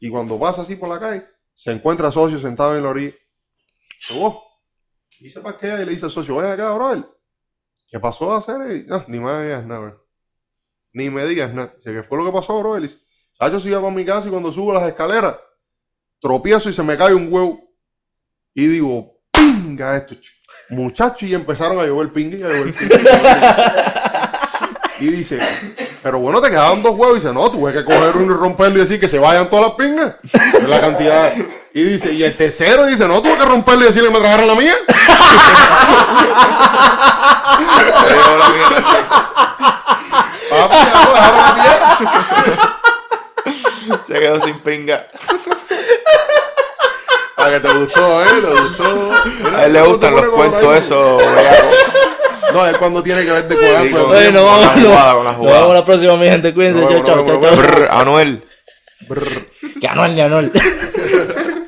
Y cuando pasa así por la calle, se encuentra socio sentado en la orilla. Llegó. Y se parquea y le dice al socio, ven acá, brother. ¿Qué pasó a hacer? Y, "No, ni me digas nada, bro. Ni me digas nada. Dice, ¿qué fue lo que pasó, brother? Y dice, Ah, yo iba para mi casa y cuando subo las escaleras, tropiezo y se me cae un huevo. Y digo, pinga esto, ch- muchacho. Y empezaron a llover pinga y a llover pinga. y a llover pinga. Y dice, pero bueno, te quedaban dos huevos. Y dice, no, tuve que coger uno y romperlo y decir que se vayan todas las pingas. Es la cantidad. Y dice, y el tercero dice, no, tuve que romperlo y decirle que me trajeran la mía.
Te digo la mierda,
Papi, ya lo dejaron la mía.
sí. Se quedó sin pinga.
A que te gustó, ¿eh? Te gustó. Mira,
A él le
¿cómo
gustan
te
los
pone con
cuentos
ahí?
esos. bellaco.
No, es cuando tiene que ver de cuadrar.
Sí,
pero-
con-
Bueno,
con la
vamos,
jugada, con la
nos
jugada.
vemos la próxima, mi gente. Cuídense.
Nos
Chao,
vemos,
chao,
nos
chao,
vemos,
chao.
Brr, Anuel.
Que Anuel, ni Anuel.